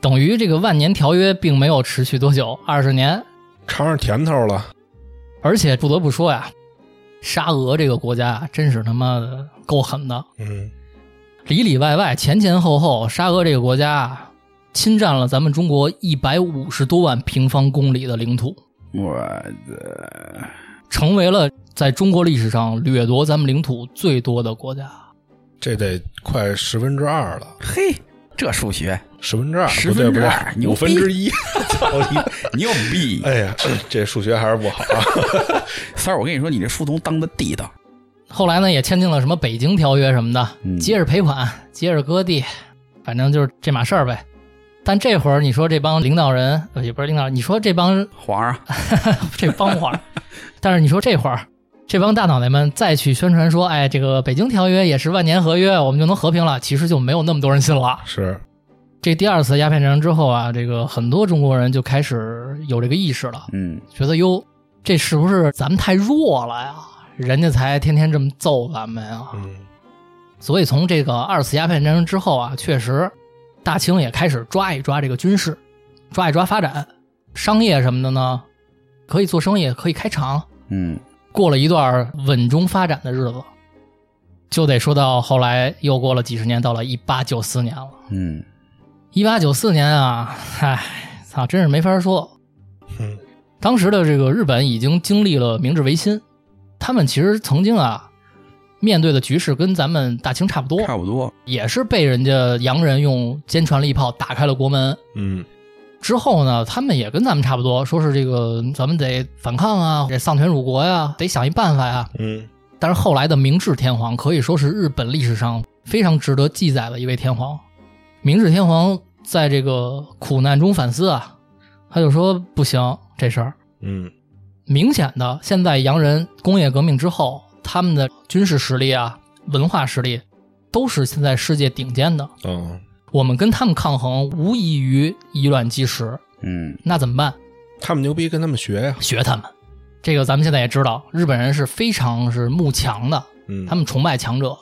Speaker 1: 等于这个万年条约并没有持续多久，二十年。
Speaker 3: 尝上甜头了，
Speaker 1: 而且不得不说呀，沙俄这个国家啊，真是他妈的够狠的，
Speaker 3: 嗯，
Speaker 1: 里里外外、前前后后，沙俄这个国家啊，侵占了咱们中国一百五十多万平方公里的领土，
Speaker 5: 我的
Speaker 1: 成为了在中国历史上掠夺咱们领土最多的国家。
Speaker 3: 这得快十分之二了，
Speaker 5: 嘿，这数学
Speaker 3: 十分之二，
Speaker 5: 十分之二
Speaker 3: 不对
Speaker 5: 牛
Speaker 3: 不对
Speaker 5: 逼
Speaker 3: 五分之一，操你！
Speaker 5: 牛逼！
Speaker 3: 哎呀，这数学还是不好啊。
Speaker 5: 三儿，我跟你说，你这书童当的地道，
Speaker 1: 后来呢，也签订了什么北京条约什么的，
Speaker 5: 嗯
Speaker 1: 接着赔款，接着割地，反正就是这码事儿呗。但这会儿你说这帮领导人，呃也不是领导人，你说这帮
Speaker 5: 皇上，
Speaker 1: 啊 这帮会儿，但是你说这会儿，这帮大脑袋们再去宣传说，哎，这个北京条约也是万年合约，我们就能和平了，其实就没有那么多人信了。
Speaker 3: 是，
Speaker 1: 这第二次鸦片战争之后啊，这个很多中国人就开始有这个意识了，
Speaker 5: 嗯，
Speaker 1: 觉得哟，这是不是咱们太弱了呀？人家才天天这么揍咱们呀、
Speaker 3: 嗯，
Speaker 1: 所以从这个二次鸦片战争之后啊，确实大清也开始抓一抓这个军事，抓一抓发展，商业什么的呢，可以做生意，可以开厂。
Speaker 5: 嗯，
Speaker 1: 过了一段稳中发展的日子，就得说到后来又过了几十年，到了一八九四年了。
Speaker 5: 嗯，
Speaker 1: 一八九四年啊，唉，操，真是没法说。
Speaker 3: 嗯，
Speaker 1: 当时的这个日本已经经历了明治维新，他们其实曾经啊，面对的局势跟咱们大清差不多，
Speaker 5: 差不多，
Speaker 1: 也是被人家洋人用坚船利炮打开了国门。
Speaker 3: 嗯，
Speaker 1: 之后呢，他们也跟咱们差不多，说是这个咱们得反抗啊，得丧权辱国呀、得想一办法呀。
Speaker 3: 嗯，
Speaker 1: 但是后来的明治天皇可以说是日本历史上非常值得记载的一位天皇。明治天皇在这个苦难中反思啊，他就说不行，这事儿
Speaker 3: 嗯，
Speaker 1: 明显的，现在洋人工业革命之后，他们的军事实力啊、文化实力都是现在世界顶尖的。
Speaker 3: 哦，
Speaker 1: 我们跟他们抗衡，无异于以卵击石。
Speaker 5: 嗯，
Speaker 1: 那怎么办？
Speaker 3: 他们牛逼，跟他们学呀。
Speaker 1: 学他们。这个咱们现在也知道，日本人是非常是慕强的，
Speaker 3: 嗯，
Speaker 1: 他们崇拜强者，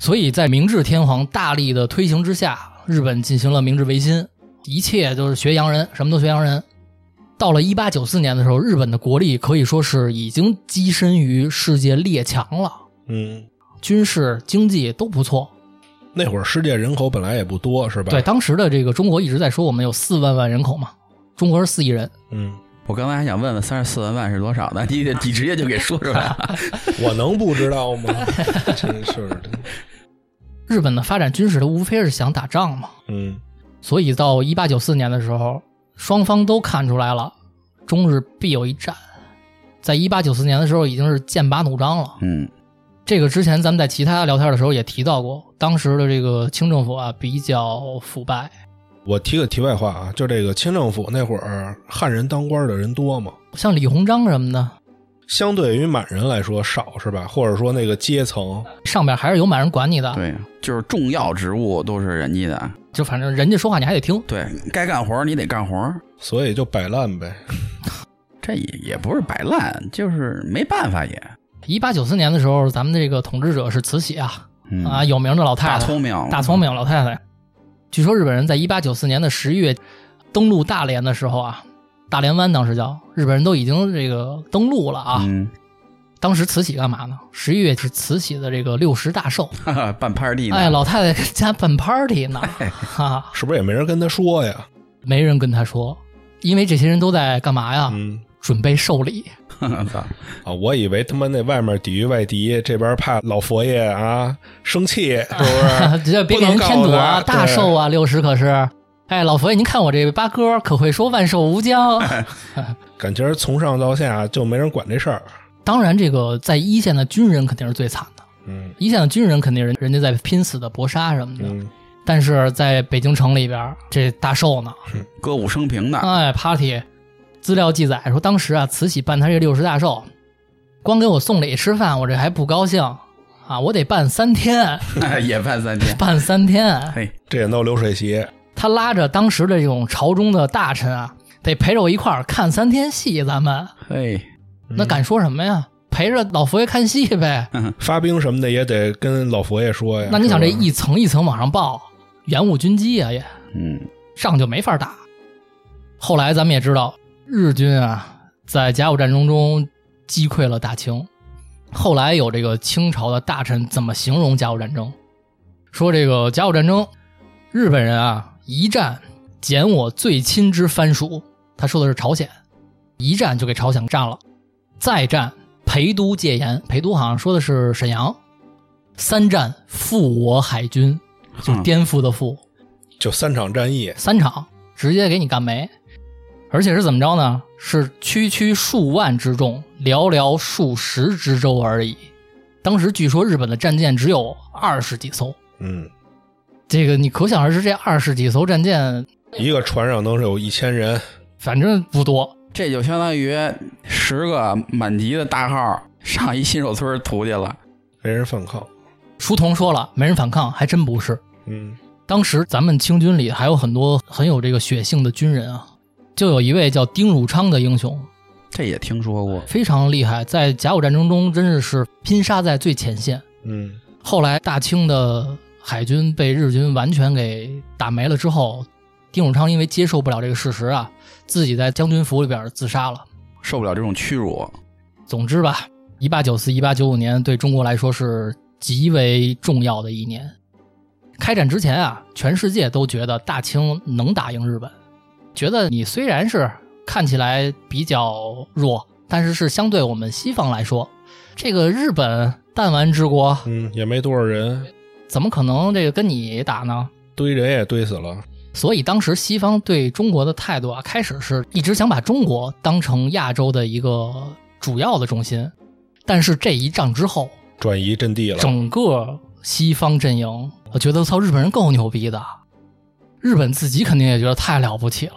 Speaker 1: 所以在明治天皇大力的推行之下，日本进行了明治维新，一切都是学洋人，什么都学洋人。到了一八九四年的时候，日本的国力可以说是已经跻身于世界列强了，
Speaker 3: 嗯，
Speaker 1: 军事、经济都不错。
Speaker 3: 那会儿世界人口本来也不多，是吧？
Speaker 1: 对，，当时的这个中国一直在说我们有四万万人口嘛，中国是四亿人，
Speaker 3: 嗯，
Speaker 5: 我刚才还想问问三十四万万是多少呢？你得你直接就给说出来 了，
Speaker 3: 我能不知道 吗？真是的，
Speaker 1: 日本的发展军事，它无非是想打仗嘛。
Speaker 3: 嗯
Speaker 1: 所以到一八九四年的时候，双方都看出来了，中日必有一战。在一八九四年的时候，已经是剑拔弩张了。
Speaker 5: 嗯，
Speaker 1: 这个之前咱们在其他聊天的时候也提到过，当时的这个清政府啊比较腐败，
Speaker 3: 我提个题外话啊，就这个清政府那会儿，汉人当官的人多吗？
Speaker 1: 像李鸿章什么的，
Speaker 3: 相对于满人来说少是吧？或者说那个阶层，
Speaker 1: 上边还是有满人管你的，
Speaker 5: 对，啊就是重要职务都是人家的，
Speaker 1: 就反正人家说话你还得听。
Speaker 5: 对该干活儿你得干活儿，
Speaker 3: 所以就摆烂呗。
Speaker 5: 这也也不是摆烂，就是没办法也。
Speaker 1: 一八九四年的时候，咱们这个统治者是慈禧啊，
Speaker 5: 嗯、
Speaker 1: 啊，有名的老太
Speaker 5: 大
Speaker 1: 太，
Speaker 5: 聪明，
Speaker 1: 大聪明老太太。据说日本人在一八九四年的十一月登陆大连的时候啊，大连湾当时叫日本人都已经这个登陆了啊。
Speaker 5: 嗯，
Speaker 1: 当时慈禧干嘛呢？十一月是慈禧的这个六十大寿，
Speaker 5: 哈哈，办 party 呢，
Speaker 1: 哎，老太太跟家办 party 呢，哈、哈，
Speaker 3: 是不是也没人跟他说呀？
Speaker 1: 没人跟她说，因为这些人都在干嘛呀？
Speaker 3: 嗯
Speaker 1: 准备寿礼。
Speaker 5: 操
Speaker 3: 啊，我以为他妈那外面抵御外敌，这边怕老佛爷啊生气，是 不 是？
Speaker 1: 直接别给人添
Speaker 3: 不
Speaker 1: 堵
Speaker 3: 能
Speaker 1: 啊！
Speaker 3: 告诉他
Speaker 1: 大寿啊，六十可是。哎，老佛爷，您看我这八哥可会说万寿无疆。
Speaker 3: 感情从上到下就没人管这事儿。
Speaker 1: 当然，这个在一线的军人肯定是最惨的，
Speaker 3: 嗯
Speaker 1: 一线的军人肯定人人家在拼死的搏杀什么的。
Speaker 3: 嗯，
Speaker 1: 但是在北京城里边，这大寿呢，
Speaker 5: 歌舞升平
Speaker 3: 啊
Speaker 5: 的，
Speaker 1: 哎，party。资料记载说，当时啊，慈禧办他这六十大寿，光给我送礼吃饭，我这还不高兴啊，我得办三天，
Speaker 5: 也办 三天，
Speaker 1: 办三天。
Speaker 5: 嘿，
Speaker 3: 这也闹流水席，
Speaker 1: 他拉着当时的这种朝中的大臣啊，得陪着我一块儿看三天戏，咱们
Speaker 5: 嘿，
Speaker 3: 嗯
Speaker 1: 那敢说什么呀？陪着老佛爷看戏呗。
Speaker 3: 发兵什么的也得跟老佛爷说呀。
Speaker 1: 那你想这
Speaker 3: 是吧
Speaker 1: 一层一层往上报，延误军机啊，也
Speaker 5: 嗯，
Speaker 1: 仗就没法打。后来咱们也知道，日军啊在甲午战争中击溃了大清。后来有这个清朝的大臣怎么形容甲午战争？说这个甲午战争，日本人啊一战减我最亲之藩属，他说的是朝鲜，一战就给朝鲜占了，再战陪都戒严，陪都好像说的是沈阳，三战复我海军，就是
Speaker 5: 哼
Speaker 1: 颠覆的覆，
Speaker 3: 就三场战役，
Speaker 1: 三场直接给你干没，而且是怎么着呢？是区区数万之众，寥寥数十之州而已。当时据说日本的战舰只有二十几艘，
Speaker 3: 嗯，
Speaker 1: 这个你可想而知，这二十几艘战舰
Speaker 3: 一个船上能是有一千人，
Speaker 1: 反正不多。
Speaker 5: 这就相当于十个满级的大号上一新手村屠去了，
Speaker 3: 没人反抗。
Speaker 1: 书童说了，没人反抗，还真不是。
Speaker 3: 嗯，
Speaker 1: 当时咱们清军里还有很多很有这个血性的军人啊，就有一位叫丁汝昌的英雄，
Speaker 5: 这也听说过，
Speaker 1: 非常厉害，在甲午战争中真是拼杀在最前线。
Speaker 3: 嗯，
Speaker 1: 后来大清的海军被日军完全给打没了之后，丁汝昌因为接受不了这个事实啊，自己在将军府里边自杀了。
Speaker 5: 受不了这种屈辱，
Speaker 1: 总之吧，一八九四、一八九五年对中国来说是极为重要的一年。开战之前啊，全世界都觉得大清能打赢日本，觉得你虽然是看起来比较弱，但是是相对我们西方来说，这个日本弹丸之国，
Speaker 3: 嗯，也没多少人，
Speaker 1: 怎么可能这个跟你打呢？
Speaker 3: 堆人也堆死了。
Speaker 1: 所以当时西方对中国的态度啊，开始是一直想把中国当成亚洲的一个主要的中心，但是这一仗之后，
Speaker 3: 转移阵地了，
Speaker 1: 整个西方阵营，我觉得操，日本人够牛逼的，日本自己肯定也觉得太了不起了。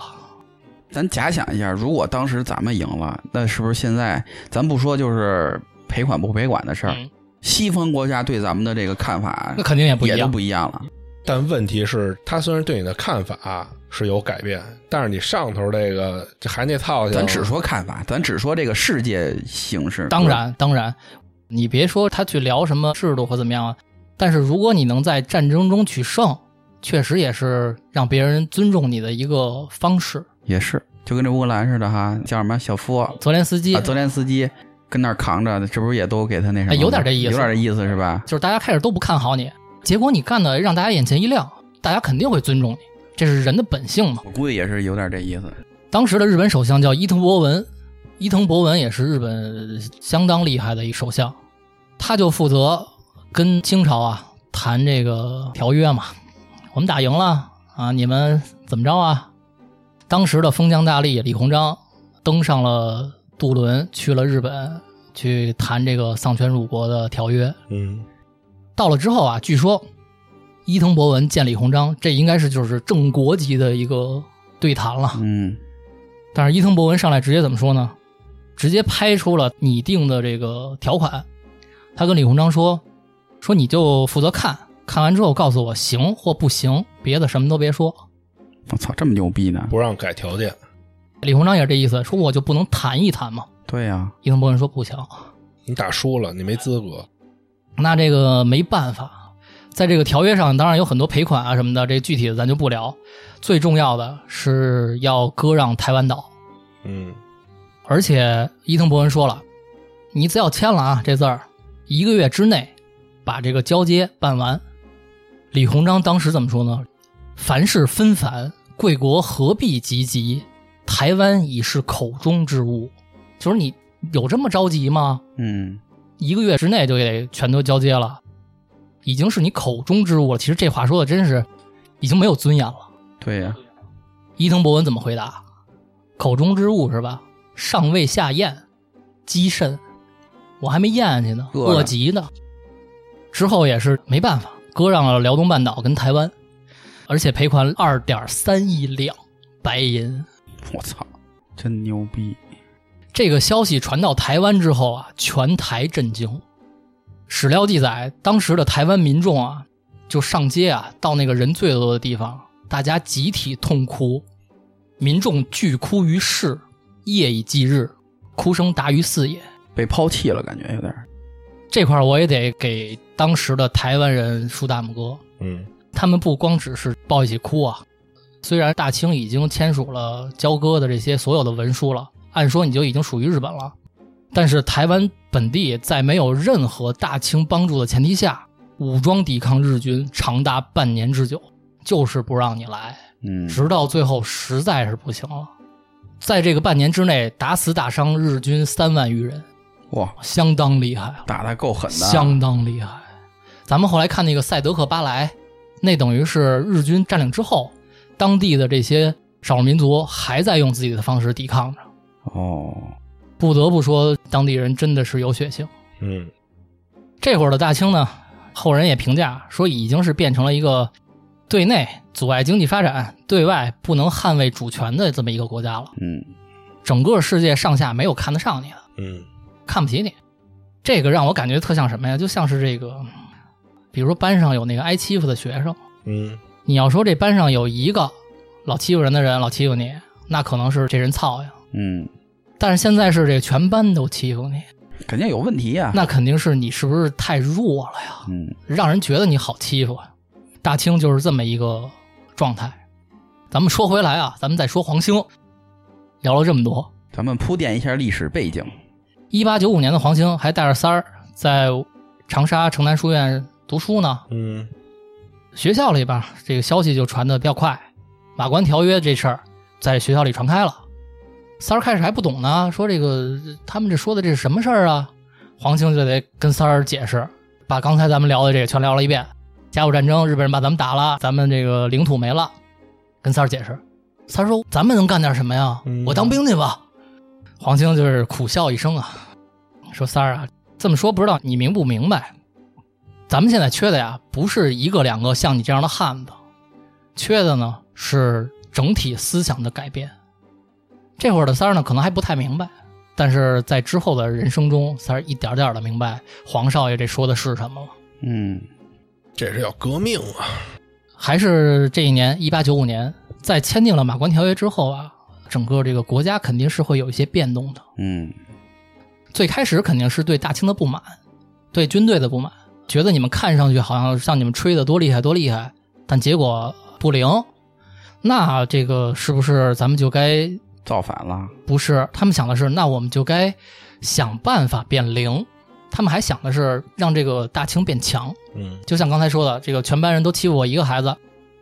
Speaker 5: 咱假想一下，如果当时咱们赢了，那是不是现在咱不说就是赔款不赔款的事儿，
Speaker 1: 嗯
Speaker 5: 西方国家对咱们的这个看法
Speaker 1: 那肯定也不一
Speaker 5: 也都
Speaker 1: 样。
Speaker 5: 不一样了。
Speaker 3: 但问题是，他虽然对你的看法是有改变，但是你上头这个这还那套性，
Speaker 5: 咱只说看法，咱只说这个世界形势。
Speaker 1: 啊当，然，当然，你别说他去聊什么制度或怎么样啊，但是如果你能在战争中取胜，确实也是让别人尊重你的一个方式。
Speaker 5: 也是，就跟这乌克兰似的哈，叫什么小夫啊，
Speaker 1: 泽连斯基，
Speaker 5: 泽连斯基跟那儿扛着，这不是也都给他那什么
Speaker 1: 哎
Speaker 5: 吗？
Speaker 1: 有点这意思
Speaker 5: 有点这意思是吧？
Speaker 1: 就是大家开始都不看好你，结果你干的让大家眼前一亮，大家肯定会尊重你，这是人的本性嘛。
Speaker 5: 我估计也是有点这意思。
Speaker 1: 当时的日本首相叫伊藤博文，伊藤博文也是日本相当厉害的一首相，他就负责跟清朝啊谈这个条约嘛，我们打赢了啊，你们怎么着啊？当时的封疆大吏李鸿章登上了渡轮，去了日本去谈这个丧权辱国的条约。
Speaker 3: 嗯，
Speaker 1: 到了之后啊，据说伊藤博文见李鸿章，这应该是就是正国级的一个对谈了。
Speaker 5: 嗯，
Speaker 1: 但是伊藤博文上来直接怎么说呢？直接拍出了拟定的这个条款。他跟李鸿章说：“说你就负责看，看完之后告诉我行或不行，别的什么都别说。
Speaker 5: 我操，这么牛逼呢？
Speaker 3: 不让改条件，”
Speaker 1: 李鸿章也是这意思，说我就不能谈一谈吗？
Speaker 5: 对呀、
Speaker 1: 伊藤博文说不行。
Speaker 3: 你打输了，你没资格。
Speaker 1: 那这个没办法，在这个条约上，当然有很多赔款啊什么的，这具体的咱就不聊。最重要的是要割让台湾岛，
Speaker 3: 嗯，
Speaker 1: 而且伊藤博文说了，你只要签了啊这字儿，一个月之内把这个交接办完。李鸿章当时怎么说呢？凡事纷繁，贵国何必急急？台湾已是口中之物。就是你有这么着急吗？
Speaker 5: 嗯，
Speaker 1: 一个月之内就得全都交接了，已经是你口中之物了。其实这话说的真是已经没有尊严了。
Speaker 5: 对呀、
Speaker 1: 伊藤博文怎么回答？口中之物是吧？尚未下咽，积甚，我还没咽下去呢，
Speaker 5: 饿了
Speaker 1: 饿极呢。之后也是没办法，割让了辽东半岛跟台湾，而且赔款二点三亿两白银。
Speaker 5: 我操，真牛逼！
Speaker 1: 这个消息传到台湾之后啊，全台震惊。史料记载，当时的台湾民众啊，就上街啊，到那个人最多的地方，大家集体痛哭，民众俱哭于市，夜以继日，哭声达于四野。
Speaker 5: 被抛弃了，感觉有点儿。
Speaker 1: 这块儿我也得给当时的台湾人竖大拇哥，
Speaker 3: 嗯，
Speaker 1: 他们不光只是抱一起哭啊。虽然大清已经签署了交割的这些所有的文书了，按说你就已经属于日本了，但是台湾本地在没有任何大清帮助的前提下，武装抵抗日军长达半年之久，就是不让你来，
Speaker 5: 嗯，
Speaker 1: 直到最后实在是不行了，在这个半年之内打死打伤日军三万余人，
Speaker 5: 哇，
Speaker 1: 相当厉害了。
Speaker 5: 打的够狠的啊，
Speaker 1: 相当厉害。咱们后来看那个赛德克巴莱，那等于是日军占领之后，当地的这些少数民族还在用自己的方式抵抗着。
Speaker 5: 哦，
Speaker 1: 不得不说，当地人真的是有血性。
Speaker 3: 嗯，
Speaker 1: 这会儿的大清呢，后人也评价说，已经是变成了一个对内阻碍经济发展、对外不能捍卫主权的这么一个国家了。
Speaker 5: 嗯，
Speaker 1: 整个世界上下没有看得上你的。
Speaker 3: 嗯，
Speaker 1: 看不起你。这个让我感觉特像什么呀？就像是这个，比如说班上有那个挨欺负的学生，
Speaker 3: 嗯，
Speaker 1: 你要说这班上有一个老欺负人的人，老欺负你，那可能是这人操呀。
Speaker 5: 嗯，
Speaker 1: 但是现在是这个全班都欺负你，
Speaker 5: 肯定有问题呀、
Speaker 1: 那肯定是你是不是太弱了呀？
Speaker 5: 嗯，
Speaker 1: 让人觉得你好欺负啊。大清就是这么一个状态。咱们说回来啊，咱们再说黄兴，聊了这么多，
Speaker 5: 咱们铺垫一下历史背景。
Speaker 1: 一八九五年的黄兴还带着三儿在长沙城南书院读书呢。
Speaker 3: 嗯，
Speaker 1: 学校里边这个消息就传的比较快，马关条约这事儿在学校里传开了。三儿开始还不懂呢，说这个他们这说的这是什么事儿啊？黄兴就得跟三儿解释，把刚才咱们聊的这个全聊了一遍。甲午战争，日本人把咱们打了，咱们这个领土没了，跟三儿解释。三儿说：“咱们能干点什么呀？
Speaker 3: 嗯
Speaker 1: 我当兵去吧。”黄兴就是苦笑一声啊，说：“三儿啊，这么说不知道你明不明白？咱们现在缺的呀，不是一个两个像你这样的汉子，缺的呢是整体思想的改变。这会儿的三儿呢，可能还不太明白，但是在之后的人生中，三儿一点点的明白黄少爷这说的是什么了。
Speaker 5: 嗯，
Speaker 3: 这是要革命啊！
Speaker 1: 还是这一年，一八九五年，在签订了马关条约之后啊，整个这个国家肯定是会有一些变动的。
Speaker 5: 嗯，
Speaker 1: 最开始肯定是对大清的不满，对军队的不满，觉得你们看上去好像像你们吹的多厉害多厉害，但结果不灵。那这个是不是咱们就该
Speaker 5: 造反了。
Speaker 1: 不是？他们想的是，那我们就该想办法变灵。他们还想的是让这个大清变强，
Speaker 3: 嗯
Speaker 1: 就像刚才说的，这个全班人都欺负我一个孩子，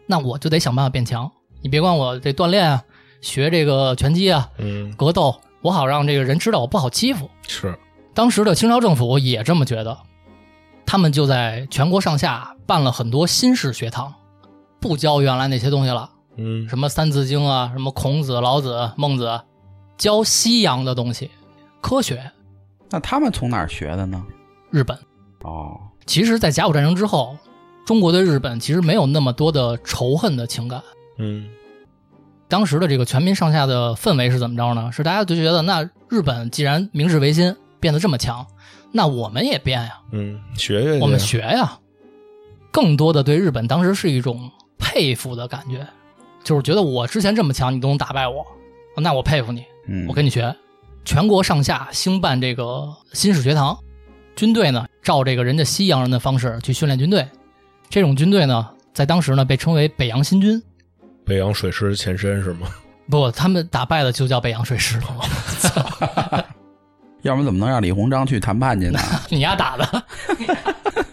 Speaker 1: 那我就得想办法变强。你别管我这锻炼啊，学这个拳击啊、
Speaker 3: 嗯，
Speaker 1: 格斗，我好让这个人知道我不好欺负。
Speaker 3: 是，
Speaker 1: 当时的清朝政府也这么觉得，他们就在全国上下办了很多新式学堂，不教原来那些东西了，
Speaker 3: 嗯
Speaker 1: 什么《三字经》啊，什么孔子、老子、孟子，教西洋的东西，科学。
Speaker 5: 那他们从哪儿学的呢？
Speaker 1: 日本
Speaker 5: 哦，
Speaker 1: 其实，在甲午战争之后，中国对日本其实没有那么多的仇恨的情感，
Speaker 3: 嗯
Speaker 1: 当时的这个全民上下的氛围是怎么着呢？是大家就觉得，那日本既然明治维新变得这么强，那我们也变呀，
Speaker 3: 嗯，学学去
Speaker 1: 我们学呀。更多的对日本当时是一种佩服的感觉，就是觉得我之前这么强，你都能打败我，那我佩服你，
Speaker 5: 嗯
Speaker 1: 我跟你学。全国上下兴办这个新式学堂，军队呢照这个人家西洋人的方式去训练军队，这种军队呢在当时呢被称为北洋新军。
Speaker 3: 北洋水师前身是吗？
Speaker 1: 不，他们打败的就叫北洋水师了。
Speaker 5: 要不然怎么能让李鸿章去谈判 去呢？
Speaker 1: 你丫打的，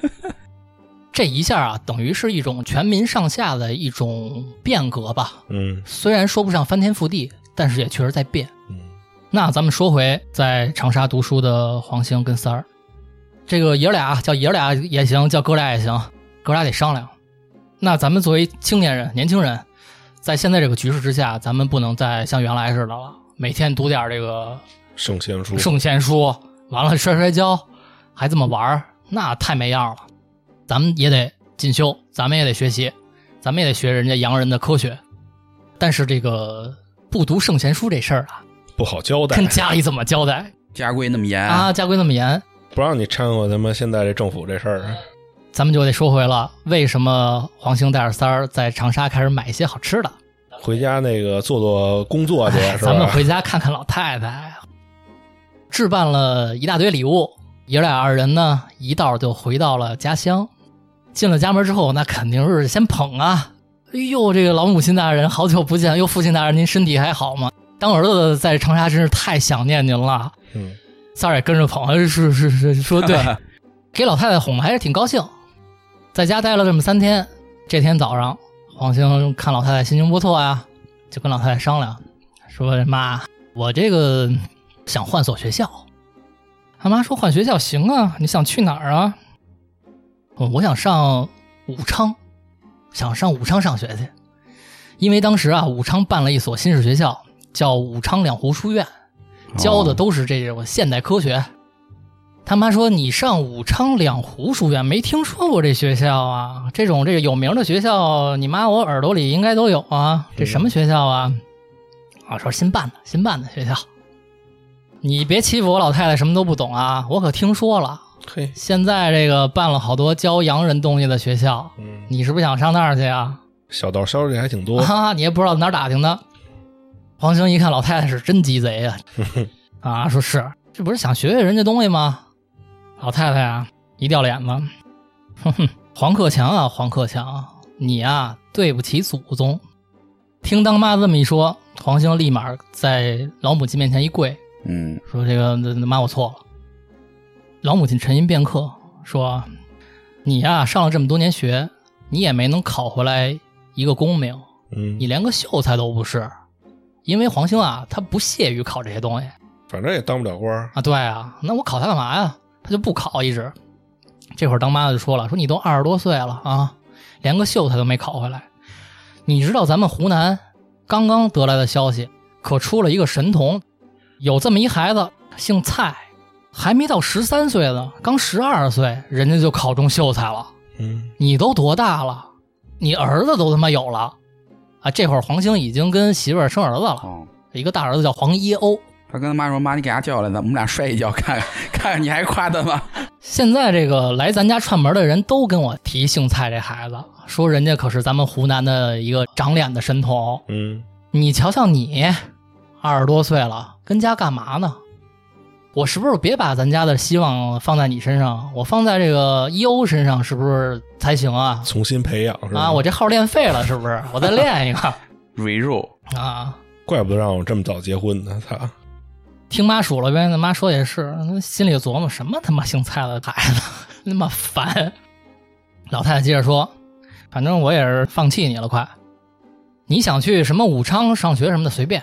Speaker 1: 这一下啊，等于是一种全民上下的一种变革吧。
Speaker 3: 嗯
Speaker 1: 虽然说不上翻天覆地，但是也确实在变。
Speaker 3: 嗯，
Speaker 1: 那咱们说回在长沙读书的黄兴跟三儿，这个爷儿俩叫爷儿俩也行，叫哥俩也行，哥俩得商量。那咱们作为青年人、年轻人，在现在这个局势之下，咱们不能再像原来似的了，每天读点这个
Speaker 3: 圣贤书，
Speaker 1: 圣贤书，完了摔摔跤，还这么玩儿，那太没样了。咱们也得进修，咱们也得学习，咱们也得学人家洋人的科学。但是这个不读圣贤书这事儿啊，
Speaker 3: 不好交代
Speaker 1: 跟，家里怎么交代
Speaker 5: 家规那么严，
Speaker 1: 啊？家规那么严，
Speaker 3: 不让你掺和他妈现在这政府这事儿。
Speaker 1: 咱们就得说回了，为什么黄兴带着三儿在长沙开始买一些好吃的？
Speaker 3: 回家那个做做工作去，是
Speaker 1: 哎咱们
Speaker 3: 吧？
Speaker 1: 回家看看老太太。置办了一大堆礼物，爷俩二人呢一道就回到了家乡。进了家门之后，那肯定是先捧啊！哎呦，这个老母亲大人，好久不见！哟，父亲大人，您身体还好吗？当儿子的在长沙真是太想念您了。
Speaker 3: 嗯，
Speaker 1: 三儿也跟着捧，哎 是是是，说对，给老太太哄的还是挺高兴。在家待了这么三天，这天早上，黄兴看老太太心情不错呀，就跟老太太商量，说妈，我这个想换所学校。他妈说换学校行啊，你想去哪儿啊？我我想上武昌，想上武昌上学去，因为当时啊，武昌办了一所新式学校，叫武昌两湖书院。
Speaker 5: 哦
Speaker 1: 教的都是这种现代科学。他妈说：“你上武昌两湖书院没听说过这学校啊？这种这个有名的学校，你妈我耳朵里应该都有啊。这什么学校啊？啊，说新办的，新办的学校。你别欺负我老太太，什么都不懂啊！我可听说了，
Speaker 3: 嘿，
Speaker 1: 现在这个办了好多教洋人东西的学校，
Speaker 3: 嗯，
Speaker 1: 你是不是想上那儿去啊？
Speaker 3: 小道消息还挺多。
Speaker 1: 啊，你也不知道哪儿打听的。黄兴一看老太太是真鸡贼呀、啊，说是这不是想学学人家东西吗？老太太啊，一掉脸子，哼哼， 黄克强啊，黄克强，你呀、对不起祖宗。听当妈这么一说，黄兴立马在老母亲面前一跪，
Speaker 5: 嗯，
Speaker 1: 说这个那那妈我错了。老母亲沉吟片刻，说：“你呀、上了这么多年学，你也没能考回来一个功名，
Speaker 3: 嗯
Speaker 1: 你，连个秀才都不是。因为黄兴啊，他不屑于考这些东西
Speaker 3: 反正也当不了官儿。
Speaker 1: 啊。对啊，那我考他干嘛呀？他就不考一直。这会儿当妈的就说了，说你都二十多岁了啊，连个秀才都没考回来。你知道咱们湖南刚刚得来的消息，可出了一个神童，有这么一孩子，姓蔡，还没到十三岁呢，刚十二岁，人家就考中秀才了。
Speaker 3: 嗯，
Speaker 1: 你都多大了？你儿子都他妈有了啊！这会儿黄兴已经跟媳妇儿生儿子了，
Speaker 5: 哦，
Speaker 1: 一个大儿子叫黄耶欧。
Speaker 5: 他跟他妈说：“妈，你给他叫来，咱们俩摔一跤，看 看看看你还夸他吗
Speaker 1: 现在这个来咱家串门的人都跟我提姓蔡这孩子，说人家可是咱们湖南的一个长脸的神童。
Speaker 3: 嗯，
Speaker 1: 你瞧瞧你，二十多岁了，跟家干嘛呢？我是不是别把咱家的希望放在你身上，我放在这个耶欧身上是不是才行啊？
Speaker 3: 重新培养是吧？
Speaker 1: 啊，我这号练废了是不是？我再练一个
Speaker 5: ？”Re
Speaker 1: 啊！
Speaker 3: 怪不得让我这么早结婚呢，操！
Speaker 1: 听妈数了呗，那妈说也是，心里琢磨什么他妈姓蔡的孩子， 那么烦。老太太接着说：“反正我也是放弃你了，快！你想去什么武昌上学什么的随便，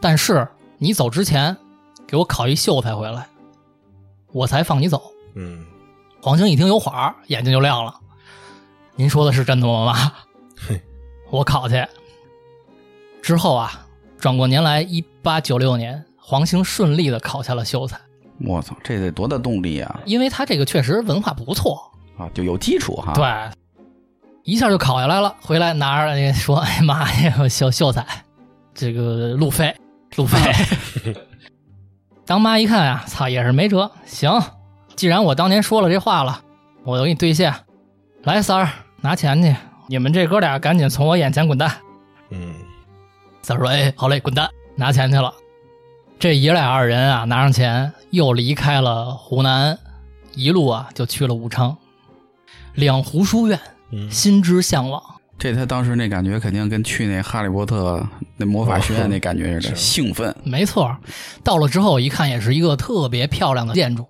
Speaker 1: 但是你走之前给我考一秀才回来，我才放你走。
Speaker 3: 嗯，”
Speaker 1: 黄兴一听有火儿，眼睛就亮了。您说的是真的吗，妈
Speaker 3: 嘿？
Speaker 1: 我考去。之后啊，转过年来，一八九六年，黄兴顺利的考下了秀才，
Speaker 5: 我操，这得多大动力啊！
Speaker 1: 因为他这个确实文化不错，
Speaker 5: 啊，就有基础哈。，
Speaker 1: 对，一下就考下来了。回来拿着那个说：“哎妈呀，我秀秀才！这个路费，路费。当妈一看啊，操，也是没辙。行，既然我当年说了这话了，我就给你兑现。来，三儿，拿钱去，你们这哥俩赶紧从我眼前滚蛋。
Speaker 3: 嗯，
Speaker 1: 三儿说：“哎，好嘞，滚蛋，拿钱去了。”这爷俩二人啊，拿上钱又离开了湖南，一路啊就去了武昌。两湖书院，
Speaker 3: 嗯
Speaker 1: 心之向往。
Speaker 5: 这他当时那感觉肯定跟去那哈利波特那魔法学院那感觉似的，
Speaker 3: 是
Speaker 5: 兴奋。
Speaker 1: 没错儿，到了之后一看，也是一个特别漂亮的建筑，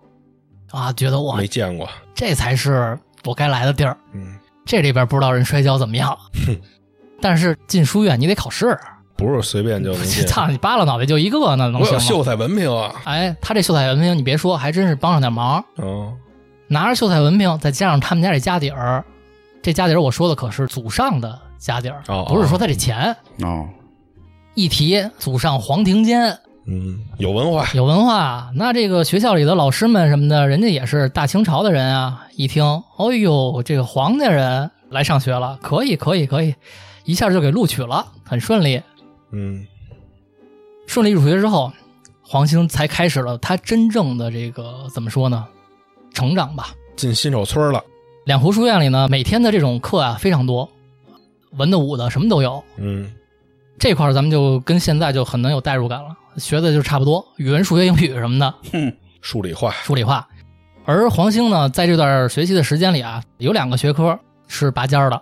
Speaker 1: 啊，觉得哇
Speaker 3: 没，见过，
Speaker 1: 这才是我该来的地儿。
Speaker 3: 嗯，
Speaker 1: 这里边不知道人摔跤怎么样，但是进书院你得考试，啊
Speaker 3: 不是随便就能进。
Speaker 1: 操你扒拉脑袋就一个，那能
Speaker 3: 我有
Speaker 1: 行吗？
Speaker 3: 秀才文凭啊，
Speaker 1: 哎，他这秀才文凭，你别说，还真是帮上点忙。
Speaker 3: 哦，
Speaker 1: 拿着秀才文凭，再加上他们家这家底儿，这家底儿我说的可是祖上的家底儿
Speaker 3: 哦，
Speaker 1: 不是说他这钱。
Speaker 5: 哦，
Speaker 1: 一提祖上黄庭坚，
Speaker 3: 嗯，有文化，
Speaker 1: 有文化，那这个学校里的老师们什么的，人家也是大清朝的人啊。一听，哎呦，这个黄家人来上学了，可以，可以，可以，一下就给录取了，很顺利。
Speaker 3: 嗯，
Speaker 1: 顺利入学之后，黄兴才开始了他真正的这个怎么说呢，成长吧。
Speaker 3: 进新手村了，
Speaker 1: 两湖书院里呢，每天的这种课啊非常多，文的武的什么都有。
Speaker 3: 嗯，
Speaker 1: 这块儿咱们就跟现在就很能有代入感了，学的就差不多，语文、数学、英语什么的，
Speaker 3: 数理化，
Speaker 1: 数理化。而黄兴呢，在这段学习的时间里啊，有两个学科是拔尖儿的，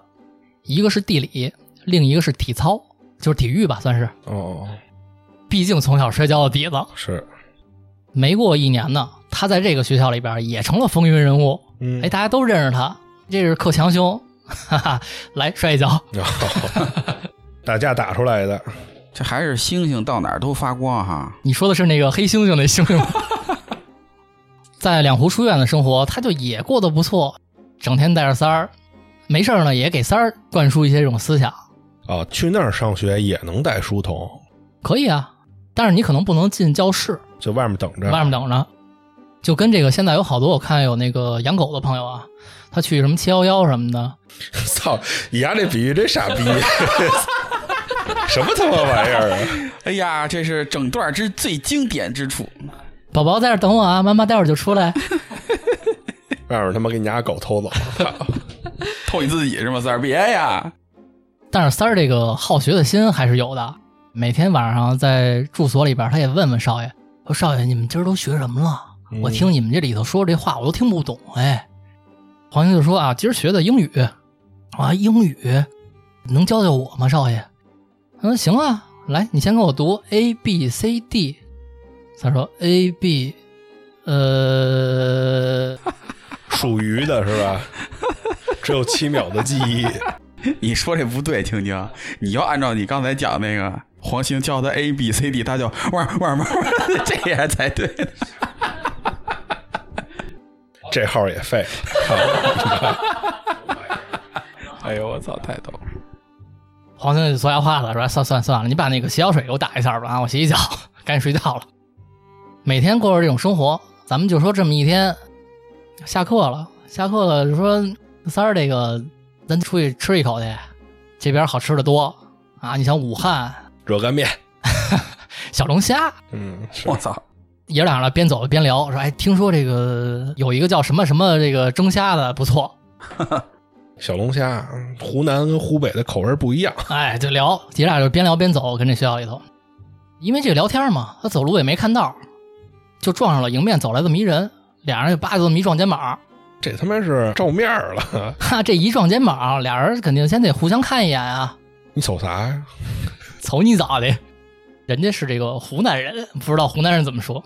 Speaker 1: 一个是地理，另一个是体操，就是体育吧，算是。
Speaker 3: 哦，
Speaker 1: 毕竟从小摔跤的底子，
Speaker 3: 是，
Speaker 1: 没过一年呢，他在这个学校里边也成了风云人物。
Speaker 3: 嗯，
Speaker 1: 哎，大家都认识他，这是克强兄，哈哈，来摔一跤。
Speaker 3: 然后打架哦打出来的，
Speaker 5: 这还是星星到哪儿都发光哈。
Speaker 1: 你说的是那个黑猩猩那猩猩吗？ 在两湖书院的生活，他就也过得不错，整天带着三儿，没事儿呢也给三儿灌输一些这种思想，
Speaker 3: 哦，去那儿上学也能带书童，
Speaker 1: 可以啊。但是你可能不能进教室，
Speaker 3: 就外面等着，
Speaker 1: 外面等着，就跟这个现在有好多我看有那个养狗的朋友啊，他去什么七幺幺什么的，
Speaker 3: 操，你丫这比喻真傻逼，什么他妈玩意儿啊？
Speaker 5: 哎呀，这是整段之最经典之处。
Speaker 1: 宝宝在这儿等我啊，妈妈待会儿就出来。
Speaker 3: 外面他妈给你家狗偷走，操
Speaker 5: 偷你自己是吗？三儿，别呀！
Speaker 1: 但是三儿这个好学的心还是有的，每天晚上在住所里边，他也问问少爷说：“少爷，你们今儿都学什么了？
Speaker 3: 嗯
Speaker 1: 我听你们这里头说这话，我都听不懂。”哎，黄兴就说：“啊，今儿学的英语啊，英语能教教我吗，少爷？”他说：“行啊，来，你先给我读 A B C D。”三儿说：“A B，呃，
Speaker 3: 属鱼的是吧？只有七秒的记忆，
Speaker 5: 你说这不对，青青，你要按照你刚才讲那个黄兴教他 A B C D，他就 汪汪汪汪，这样才对。
Speaker 3: 这号也废了。
Speaker 5: 哎呦，我操，太逗了！
Speaker 1: 黄兴就说瞎话了，说哎算算算了，你把那个洗脚水给我打一下吧，啊，我洗洗脚，赶紧睡觉了。每天过着这种生活，咱们就说这么一天，下课了，下课了就说三儿这个，咱出去吃一口去，这边好吃的多啊。你像武汉
Speaker 3: 热干面，
Speaker 1: 小龙虾，
Speaker 3: 嗯，是
Speaker 5: 我操，
Speaker 1: 爷俩呢边走边聊，说哎，听说这个有一个叫什么什么这个蒸虾的不错，
Speaker 3: 小龙虾，湖南跟湖北的口味不一样，
Speaker 1: 哎，就聊，姐俩就边聊边走，跟这学校里头，因为这个聊天嘛，他走路也没看道，就撞上了迎面走来这么一人，俩人就叭就这么一撞肩膀，
Speaker 3: 这他妈是照面儿了。
Speaker 1: 哈，这一撞肩膀，俩人肯定先得互相看一眼啊，
Speaker 3: 你瞅啥呀？
Speaker 1: 瞅你咋的？人家是这个湖南人，不知道湖南人怎么说。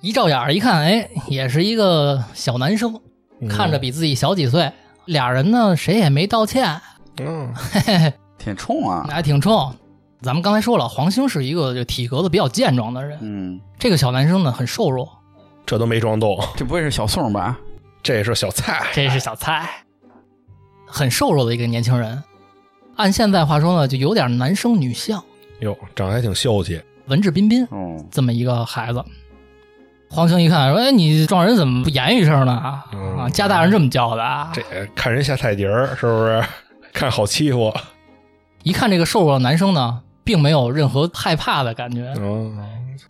Speaker 1: 一照眼儿一看，哎，也是一个小男生，
Speaker 3: 嗯
Speaker 1: 看着比自己小几岁。俩人呢，谁也没道歉，
Speaker 3: 嗯，
Speaker 5: 挺冲啊！
Speaker 1: 还挺冲。咱们刚才说了，黄兴是一个就体格子比较健壮的人，
Speaker 5: 嗯，
Speaker 1: 这个小男生呢很瘦弱，
Speaker 3: 这都没装动，
Speaker 5: 这不会是小宋吧？
Speaker 3: 这是小菜。
Speaker 1: 这是小蔡， 很瘦弱的一个年轻人。按现在话说呢，就有点男生女相，
Speaker 3: 哟，长得还挺秀气。
Speaker 1: 文质彬彬
Speaker 5: 哦，
Speaker 1: 这么一个孩子。黄兴一看，说：“哎，你撞人怎么不言语声呢？
Speaker 3: 嗯
Speaker 1: 啊，家大人这么教的啊
Speaker 3: 这看人下菜碟儿是不是？看好欺负，
Speaker 1: 一看这个瘦弱的男生呢，并没有任何害怕的感觉，
Speaker 3: 哦，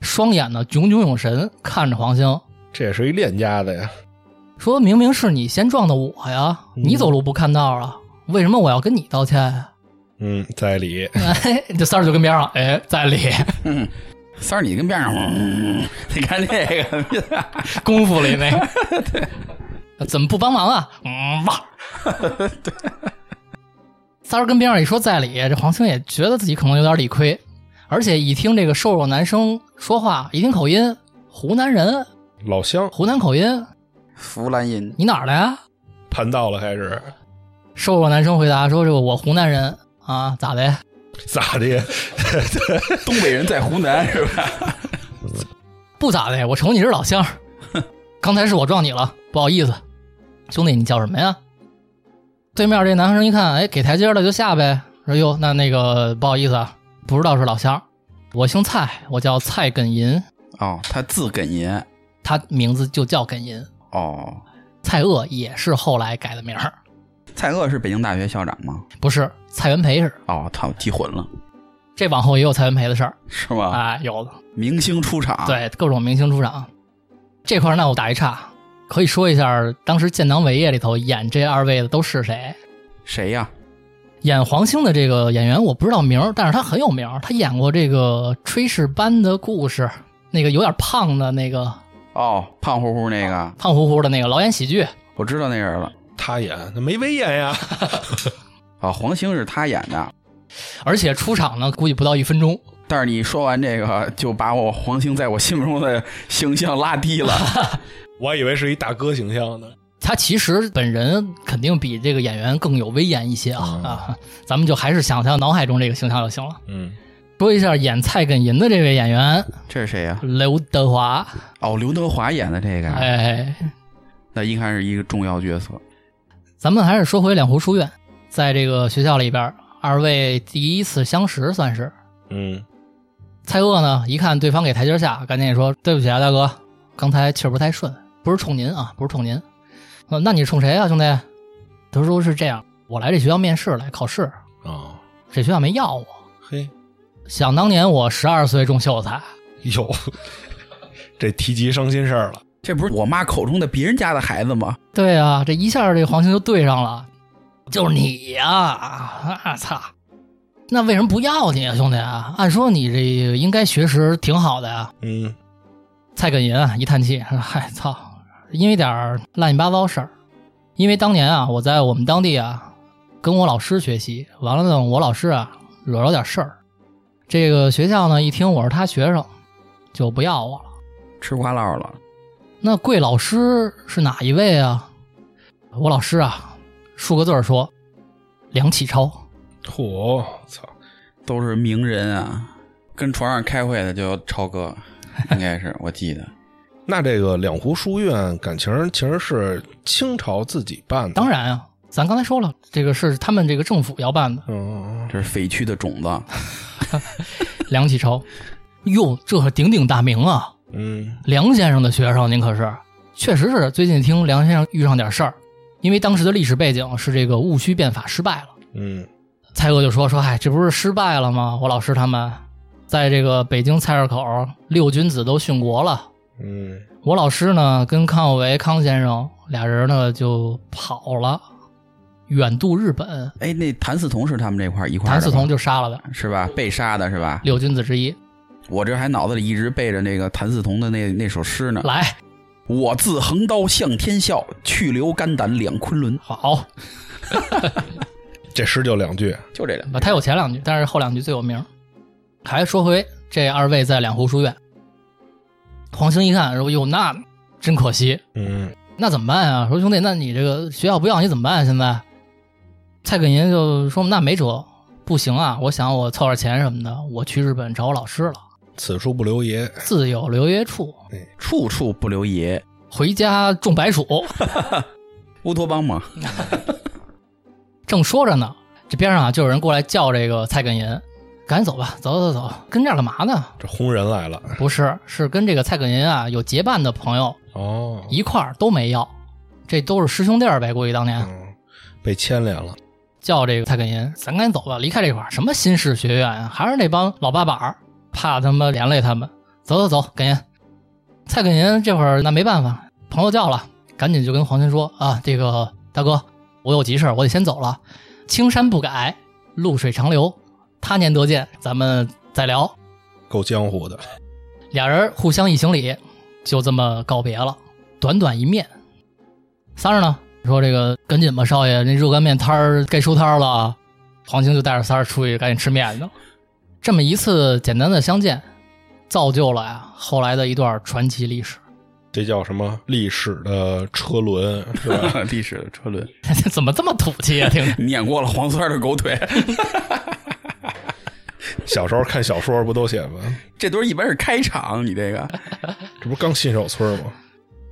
Speaker 1: 双眼呢炯炯有神看着黄兴，
Speaker 3: 这也是一练家的呀。
Speaker 1: 说明明是你先撞的我呀，
Speaker 3: 嗯
Speaker 1: 你走路不看道啊，为什么我要跟你道歉呀？
Speaker 3: 嗯，在理。
Speaker 1: 哎，这三儿就跟边上，哎，在理
Speaker 5: 嗯， 三儿你跟边上，嗯 你看这个，
Speaker 1: 功夫里那个，怎么不帮忙啊？嗯，忘。三儿跟边上一说在理，这黄兴也觉得自己可能有点理亏，而且一听这个瘦弱男生说话，一听口音，湖南人，
Speaker 3: 老乡
Speaker 1: 湖南口音，
Speaker 5: 弗兰音，
Speaker 1: 你哪儿的呀？
Speaker 3: 盘道了，开始
Speaker 1: 瘦弱男生回答说：“这个我湖南人啊，咋的呀？
Speaker 3: 咋的呀？
Speaker 5: 东北人在湖南是吧？
Speaker 1: 不咋的，我瞅你是老乡儿，刚才是我撞你了，不好意思，兄弟，你叫什么呀？对面这男生一看，哎，给台阶了就下呗，说哟，那那个不好意思啊，不知道是老乡儿，我姓蔡，我叫蔡耿银，
Speaker 5: 哦，他字耿银，
Speaker 1: 他名字就叫耿银，
Speaker 5: 哦，
Speaker 1: 蔡锷也是后来改的名儿，
Speaker 5: 蔡锷是北京大学校长吗？
Speaker 1: 不是蔡元培是，
Speaker 5: 哦，他记混了，啊
Speaker 1: 这往后也有蔡元培的事儿，
Speaker 5: 是吗？
Speaker 1: 哎，有的。
Speaker 5: 明星出场，，
Speaker 1: 对，各种明星出场。这块儿那我打一岔，可以说一下当时《建党伟业》里头演这二位的都是谁？
Speaker 5: 谁呀？
Speaker 1: 演黄兴的这个演员我不知道名儿，但是他很有名儿，他演过这个《炊事班的故事》，那个有点胖的那个
Speaker 5: 哦，胖乎乎那个，
Speaker 1: 胖乎乎的那个老演喜剧，
Speaker 5: 我知道那人了。
Speaker 3: 他演，那没威严呀。
Speaker 5: 啊，黄兴是他演的，
Speaker 1: 而且出场呢估计不到一分钟。
Speaker 5: 但是你说完这个，就把我黄兴在我心目中的形象拉低 了。
Speaker 3: 我还以为是一大哥形象呢。
Speaker 1: 他其实本人肯定比这个演员更有威严一些啊、啊！咱们就还是想象脑海中这个形象就行了。
Speaker 3: 嗯，
Speaker 1: 说一下演蔡艮银的这位演员
Speaker 5: 这是谁呀、
Speaker 1: 刘德华，
Speaker 5: 哦，刘德华演的这个，
Speaker 1: 哎，
Speaker 5: 那应该是一个重要角色。
Speaker 1: 咱们还是说回两湖书院，在这个学校里边，二位第一次相识算是。
Speaker 3: 嗯，
Speaker 1: 蔡锷呢，一看对方给台阶下，赶紧说：“对不起啊，大哥，刚才气儿不太顺，不是冲您啊，不是冲您。呃”那你是冲谁啊，兄弟？他说是这样，我来这学校面试来考试，
Speaker 3: 哦，
Speaker 1: 这学校没要我。
Speaker 3: 嘿，
Speaker 1: 想当年我十二岁中秀才，
Speaker 3: 哟， 这提及伤心事儿了。
Speaker 5: 这不是我妈口中的别人家的孩子吗？
Speaker 1: 对啊，这一下这黄兴就对上了，就是你呀、啊！操、那为什么不要你啊，兄弟啊？按说你这个应该学识挺好的呀。
Speaker 3: 嗯，
Speaker 1: 蔡艮银啊，一叹气，说嗨，操，因为点儿乱七八糟事儿。因为当年啊，我在我们当地啊，跟我老师学习，完了呢，我老师啊惹着点事儿，这个学校呢一听我是他学生，就不要我了。
Speaker 5: 吃瓜唠了，
Speaker 1: 那贵老师是哪一位啊？我老师啊，数个字儿说，梁启超。
Speaker 3: 嚯，操，
Speaker 5: 都是名人啊。跟床上开会的就 超哥，应该是我记得。
Speaker 3: 那这个两湖书院感情其实是清朝自己办的，
Speaker 1: 当，然啊，咱刚才说了，这个是他们这个政府要办的。
Speaker 3: 嗯，
Speaker 5: 这是匪区的种子，
Speaker 1: 梁启超，哟，这可鼎鼎大名啊！
Speaker 3: 嗯，
Speaker 1: 梁先生的学生，您可是确实是最近听梁先生遇上点事儿，因为当时的历史背景是这个戊戌变法失败了。
Speaker 3: 嗯，
Speaker 1: 蔡锷就说说，哎，这不是失败了吗？我老师他们在这个北京菜市口六君子都殉国了。
Speaker 3: 嗯，
Speaker 1: 我老师呢跟康有为康先生俩人呢就跑了，远渡日本，
Speaker 5: 哎，那谭嗣同是他们这块儿一块儿
Speaker 1: 谭
Speaker 5: 的
Speaker 1: 嗣
Speaker 5: 吧
Speaker 1: 同就杀了他，
Speaker 5: 是吧？被杀的是吧？
Speaker 1: 六君子之一。
Speaker 5: 我这还脑子里一直背着那个谭嗣同的那那首诗呢。
Speaker 1: 来，
Speaker 5: 我自横刀向天笑，去留肝胆两昆仑。
Speaker 1: 好，
Speaker 3: 这诗就两句，
Speaker 5: 就这两
Speaker 1: 他有前两句，但是后两句最有名。还说回这二位在两湖书院，黄兴一看说：“哟，那真可惜，
Speaker 3: 嗯，
Speaker 1: 那怎么办啊？说兄弟，那你这个学校不要你怎么办、啊？现在，蔡艮银就说那没辙，不行啊！我想我凑点钱什么的，我去日本找我老师了，
Speaker 3: 此处不留爷，
Speaker 1: 自有留爷处，
Speaker 5: 处处不留爷，
Speaker 1: 回家种白薯。
Speaker 5: 乌托邦嘛。
Speaker 1: 正说着呢，这边上啊就有人过来叫这个蔡艮银，赶紧走吧，走走走，跟这儿干嘛呢？
Speaker 3: 这红人来了，
Speaker 1: 不是，是跟这个蔡艮银啊有结伴的朋友
Speaker 3: 哦，
Speaker 5: 嗯
Speaker 1: 一块儿都没要，这都是师兄弟儿呗，估计当年。
Speaker 3: 嗯，被牵连了，
Speaker 1: 叫这个蔡肯银，咱赶紧走吧，离开这块儿。什么新式学院啊，还是那帮老八板儿，怕他妈连累他们。走走走，肯银。蔡肯银这会儿那没办法，朋友叫了，赶紧就跟黄轩说啊，这个大哥，我有急事儿，我得先走了。青山不改，绿水长流，他年得见，咱们再聊。
Speaker 3: 够江湖的。
Speaker 1: 俩人互相一行礼，就这么告别了，短短一面。三儿呢说：“这个赶紧吧，少爷，那热干面摊儿该收摊儿了。”啊黄兴就带着三儿出去赶紧吃面去了。这么一次简单的相见，造就了呀后来的一段传奇历史。
Speaker 3: 这叫什么历史的车 轮是吧？
Speaker 5: 历史的车轮，
Speaker 1: 怎么这么土气啊？听着，
Speaker 5: 碾过了黄三儿的狗腿。
Speaker 3: 小时候看小说不都写吗？
Speaker 5: 这都是一般是开场，你这个
Speaker 3: 这不刚新手村吗？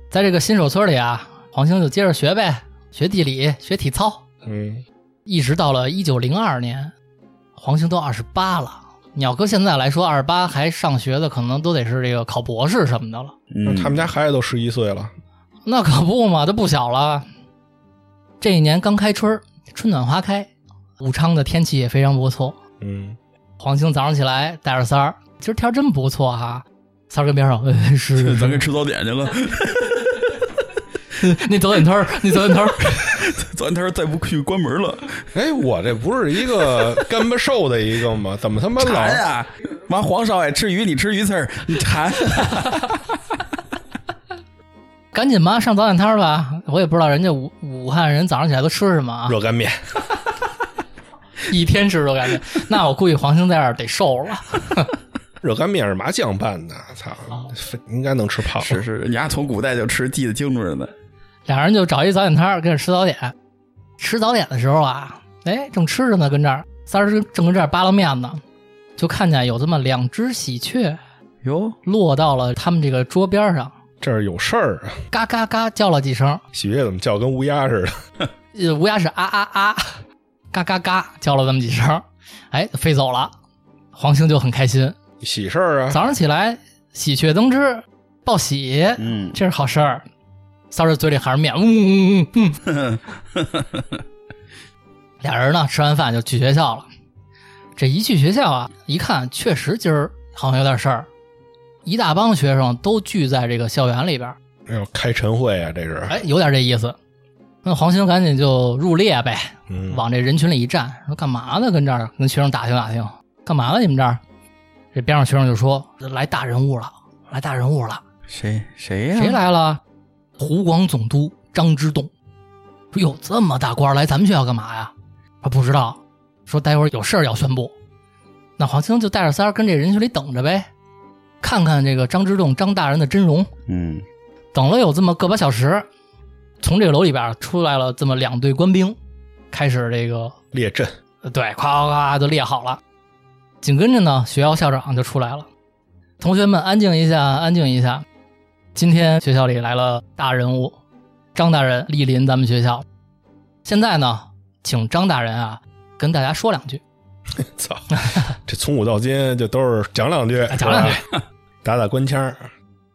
Speaker 1: 在这个新手村里啊，黄兴就接着学呗，学地理，学体操，
Speaker 3: 嗯，
Speaker 1: 一直到了一九零二年，黄兴都二十八了。鸟哥现在来说，二十八还上学的，可能都得是这个考博士什么的了。
Speaker 5: 嗯
Speaker 3: 那他们家孩子都十一岁了，
Speaker 1: 那可不嘛，都不小了。这一年刚开春儿，春暖花开，武昌的天气也非常不错。
Speaker 3: 嗯，
Speaker 1: 黄兴早上起来带着三儿，今儿天儿真不错哈、三儿跟边上，嗯，是是
Speaker 5: 咱
Speaker 1: 是，
Speaker 5: 给吃早点去了。
Speaker 1: 你走点头儿，你走点头儿。
Speaker 5: 早点摊儿再不去关门了，
Speaker 3: 哎，我这不是 一个干巴瘦的一个吗？怎么他妈老
Speaker 5: 馋啊！完，黄少爷吃鱼，你吃鱼刺儿，你馋。
Speaker 1: 赶紧吧，上早点摊儿吧。我也不知道人家武武汉人早上起来都吃什么啊，
Speaker 3: 热干面？
Speaker 1: 一天吃都感觉。那我估计黄兴在这儿得瘦了。
Speaker 3: 热干面是麻酱拌的，操，应该能吃 胖。
Speaker 5: 哦啊是是，人家从古代就吃，记得清楚着呢。
Speaker 1: 俩人就找一早点摊儿跟着吃早点。吃早点的时候啊，哎，正吃着呢，跟这儿三儿正跟这儿扒拉面呢，就看见有这么两只喜鹊
Speaker 5: 哟，
Speaker 1: 落到了他们这个桌边上，
Speaker 3: 这儿有事儿啊！
Speaker 1: 嘎嘎嘎叫了几声，
Speaker 3: 喜鹊怎么叫跟乌鸦似的？
Speaker 1: 呃，乌鸦是啊啊啊，嘎嘎嘎叫了这么几声，哎，飞走了。黄兴就很开心，
Speaker 3: 喜事儿啊！
Speaker 1: 早上起来喜鹊登枝报喜，
Speaker 5: 嗯，
Speaker 1: 这是好事儿。三儿嘴里含着面，嗯嗯嗯嗯嗯。俩人呢，吃完饭就去学校了。这一去学校啊，一看确实今儿好像有点事儿，一大帮学生都聚在这个校园里边儿，
Speaker 3: 哎呦，开晨会啊，这是。
Speaker 1: 哎，有点这意思。那黄兴赶紧就入列呗，
Speaker 3: 嗯，
Speaker 1: 往这人群里一站，说干嘛呢？跟这儿跟学生打听打听，干嘛呢？你们这儿？这边上学生就说来大人物了，来大人物了。
Speaker 5: 谁谁哎呀、
Speaker 1: 谁？来了？湖广总督张之洞。说有这么大官儿来咱们学校干嘛呀？他不知道。说待会儿有事儿要宣布。那黄兴就带着三儿跟这人群里等着呗，看看这个张之洞张大人的真容。
Speaker 5: 嗯，
Speaker 1: 等了有这么个把小时，从这个楼里边儿出来了这么两队官兵，开始这个
Speaker 3: 列阵，
Speaker 1: 呃对，夸夸夸都列好了。紧跟着呢，学校校长就出来了。同学们，安静一下，安静一下。今天学校里来了大人物，张大人莅临咱们学校。现在呢，请张大人啊跟大家说两句。
Speaker 3: 操！这从古到今就都是讲两句，
Speaker 1: 啊哎讲两句
Speaker 3: 是吧，打打官腔儿。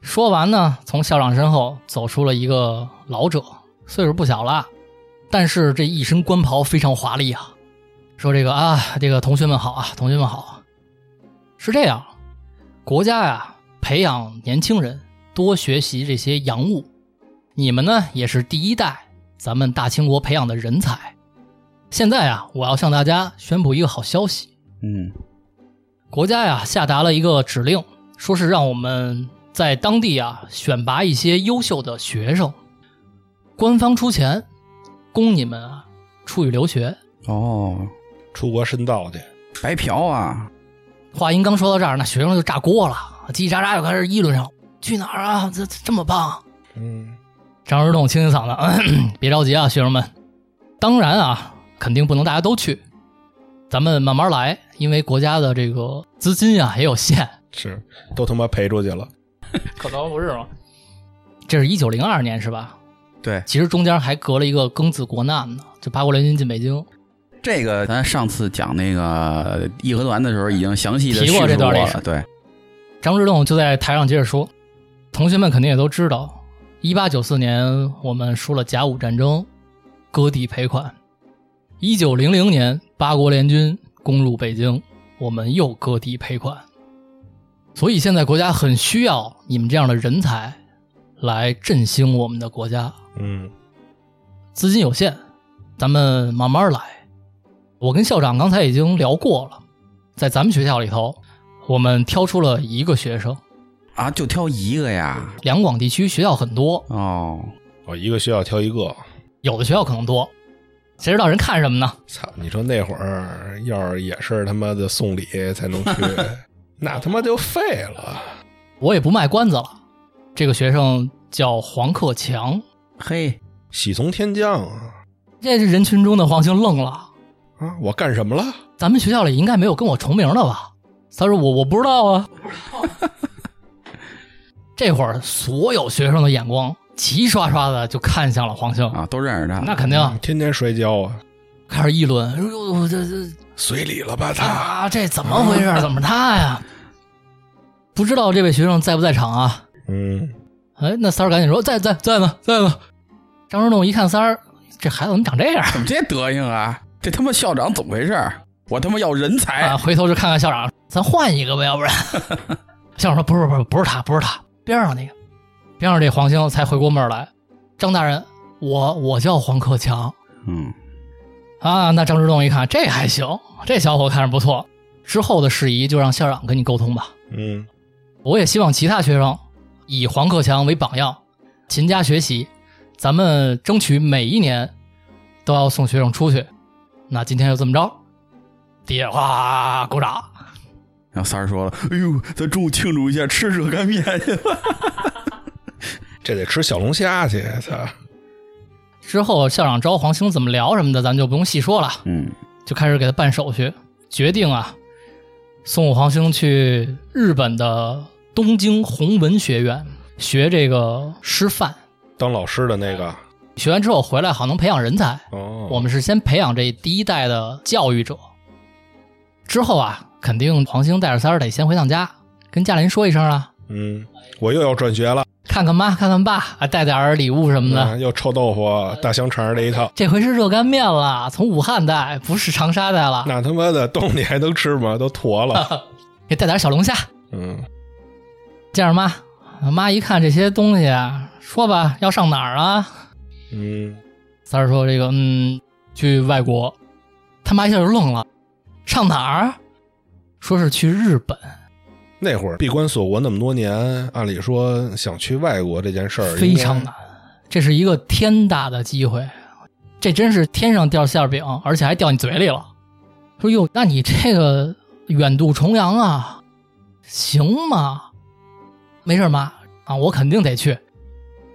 Speaker 1: 说完呢，从校长身后走出了一个老者，岁数不小了，但是这一身官袍非常华丽啊。说这个啊，这个同学们好啊，同学们好啊。是这样，国家呀、培养年轻人多学习这些洋务，你们呢也是第一代咱们大清国培养的人才。现在啊，我要向大家宣布一个好消息，
Speaker 5: 嗯，
Speaker 1: 国家呀下达了一个指令，说是让我们在当地啊选拔一些优秀的学生，官方出钱供你们啊出去留学。
Speaker 5: 哦，
Speaker 3: 出国深造去，
Speaker 5: 白嫖啊，
Speaker 1: 话音刚说到这儿，那学生就炸锅了，叽叽喳喳又开始议论上去哪儿啊？这这这么棒！
Speaker 3: 嗯，
Speaker 1: 张之洞清清嗓子咳咳， 别着急啊，学生们。当然啊，肯定不能大家都去，咱们慢慢来，因为国家的这个资金呀、也有限，
Speaker 3: 是都他妈赔出去了。
Speaker 1: 可能不是吗？这是一九零二年是吧？
Speaker 5: 对，
Speaker 1: 其实中间还隔了一个庚子国难呢，就八国联军进北京。
Speaker 5: 这个咱上次讲那个义和团的时候已经详细的
Speaker 1: 提过这段历史
Speaker 5: 对，
Speaker 1: 张之洞就在台上接着说，同学们肯定也都知道，一八九四年我们输了甲午战争，割地赔款。一九零零年，八国联军攻入北京，我们又割地赔款。所以现在国家很需要你们这样的人才来振兴我们的国家。
Speaker 3: 嗯
Speaker 1: 资金有限，咱们慢慢来。我跟校长刚才已经聊过了，在咱们学校里头，我们挑出了一个学生。
Speaker 5: 啊，就挑一个呀？
Speaker 1: 两广地区学校很多，
Speaker 5: 哦，
Speaker 3: 哦，一个学校挑一个，
Speaker 1: 有的学校可能多，谁知道人看什么呢？
Speaker 3: 操！你说那会儿要是也是他妈的送礼才 能去，那他妈就废了。
Speaker 1: 我也不卖关子了。这个学生叫黄克强，
Speaker 5: 嘿，
Speaker 3: 喜从天降啊！
Speaker 1: 这是人群中的黄兴愣了。
Speaker 3: 啊，我干什么了？
Speaker 1: 咱们学校里应该没有跟我重名的吧？他说我我不知道啊。 这会儿所有学生的眼光齐刷刷的就看向了黄兴，
Speaker 5: 啊，都认识他。
Speaker 1: 那肯定啊
Speaker 3: 天天摔跤啊，
Speaker 1: 开始议论，哎呦我这这
Speaker 3: 随礼了吧他？
Speaker 1: 啊，这怎么回事？怎么他呀？不知道这位学生在不在场啊？
Speaker 3: 嗯，
Speaker 1: 哎，那三儿赶紧说在在在呢在呢。张之洞一看三儿，这孩子怎么长这样
Speaker 5: 怎么这德行啊？这他妈校长怎么回事儿？我他妈要人才！
Speaker 1: 啊？回头就看看校长，咱换一个吧，要不然。校长说不是不是不是他不是他，边上那个，边上这黄兴才回过味儿来。张大人，我我叫黄克强
Speaker 5: 嗯，
Speaker 1: 啊。那张之洞一看这还行，这小伙看着不错。之后的事宜就让校长跟你沟通吧。
Speaker 3: 嗯，
Speaker 1: 我也希望其他学生以黄克强为榜样，勤加学习。咱们争取每一年都要送学生出去。那今天就这么着，底下哗鼓掌。
Speaker 5: 然后三儿说了：“哎呦，咱中午庆祝一下，吃热干面去吧。
Speaker 3: 这得吃小龙虾去，操！
Speaker 1: 之后校长招黄兴怎么聊什么的，咱就不用细说了”，
Speaker 5: 嗯，
Speaker 1: 就开始给他办手续，决定啊送黄兴去日本的东京弘文学院学这个师范。
Speaker 3: 当老师的那个
Speaker 1: 学完之后回来好能培养人才，
Speaker 3: 哦，
Speaker 1: 我们是先培养这第一代的教育者，之后啊，肯定黄兴带着三儿得先回趟家，跟家里人说一声啊，
Speaker 3: 嗯，我又要转学了，
Speaker 1: 看看妈，看 看爸，啊，带点儿礼物什么的。
Speaker 3: 啊，又臭豆腐、
Speaker 1: 呃
Speaker 3: 大香肠这一套，
Speaker 1: 这回是热干面了，从武汉带，不是长沙带了，
Speaker 3: 那他妈的东西还能吃吗？都 坨了，
Speaker 1: 给带点小龙虾，
Speaker 3: 嗯，
Speaker 1: 见着妈。妈一看这些东西啊，说吧，要上哪儿啊？
Speaker 3: 嗯，
Speaker 1: 三儿说这个，嗯，去外国。他妈一下就愣了，上哪儿？啊说是去日本。
Speaker 3: 那会儿闭关锁国那么多年，按理说想去外国这件事儿
Speaker 1: 非常
Speaker 3: 应该
Speaker 1: 难，这是一个天大的机会，这真是天上掉馅儿饼，而且还掉你嘴里了。说哟，那你这个远渡重洋啊，行吗？没事儿，妈啊，我肯定得去。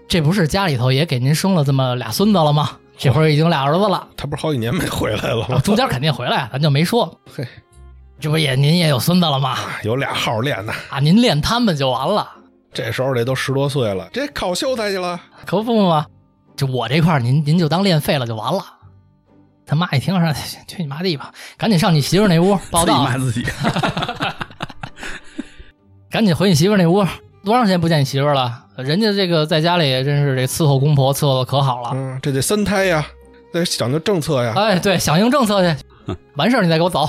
Speaker 1: 这不是家里头也给您生了这么俩孙子了吗？这会儿已经俩儿子了，
Speaker 3: 他不是好几年没回来了
Speaker 1: 啊
Speaker 3: 吗？
Speaker 1: 中间肯定回来，咱就没说。
Speaker 3: 嘿，
Speaker 1: 这不也您也有孙子了吗？
Speaker 3: 有俩号练呢，
Speaker 1: 啊，您练他们就完了，
Speaker 3: 这时候这都十多岁了，这考秀才去了，
Speaker 1: 可不嘛，就我这块儿您您就当练废了就完了。他妈一听说 去去你妈地吧，赶紧上你媳妇儿那屋报
Speaker 5: 自己
Speaker 1: 道，
Speaker 5: 骂自己。
Speaker 1: 赶紧回你媳妇儿那屋。多长时间不见你媳妇儿了？人家这个在家里真是这伺候公婆伺候的可好了。
Speaker 3: 嗯，这得三胎呀，得讲究政策呀，
Speaker 1: 哎，对，响应政策去，完事儿你再给我走。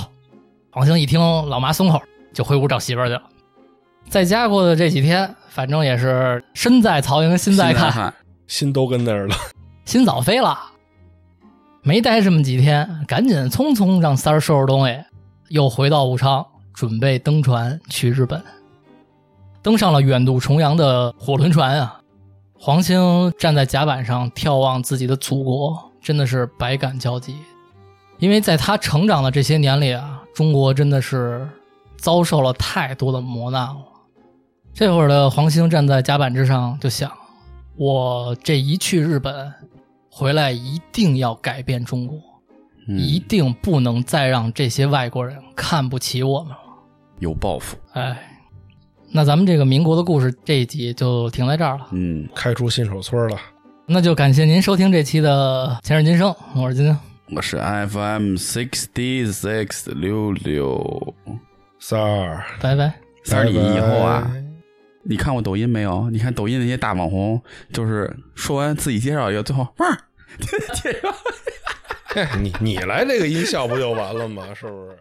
Speaker 1: 黄兴一听老妈松口，就回屋找媳妇儿去了。在家过的这几天，反正也是身在曹营心在
Speaker 5: 看
Speaker 1: 汉，
Speaker 5: 看，
Speaker 3: 心都跟那儿了，
Speaker 1: 心早飞了。没待这么几天，赶紧匆匆让三儿收拾东西，又回到武昌，准备登船去日本。登上了远渡重洋的火轮船啊！黄兴站在甲板上眺望自己的祖国，真的是百感交集。因为在他成长的这些年里啊，中国真的是遭受了太多的磨难了。这会儿的黄兴站在甲板之上，就想：我这一去日本，回来一定要改变中国，一
Speaker 5: 嗯，
Speaker 1: 定不能再让这些外国人看不起我们了。
Speaker 5: 有抱负。
Speaker 1: 哎，那咱们这个民国的故事这一集就停在这儿了。
Speaker 5: 嗯，
Speaker 3: 开出新手村了。
Speaker 1: 那就感谢您收听这期的《前世今生》，我是金星。
Speaker 5: 我是 FM sixty six 六六。
Speaker 3: 三儿，
Speaker 1: 拜拜。
Speaker 5: 三儿，你
Speaker 3: 拜拜
Speaker 5: 以后啊，，你看过抖音没有？你看抖音那些大网红，就是说完自己介绍以后，最后妹儿，
Speaker 3: 你你来这个音效不就完了吗？是不是？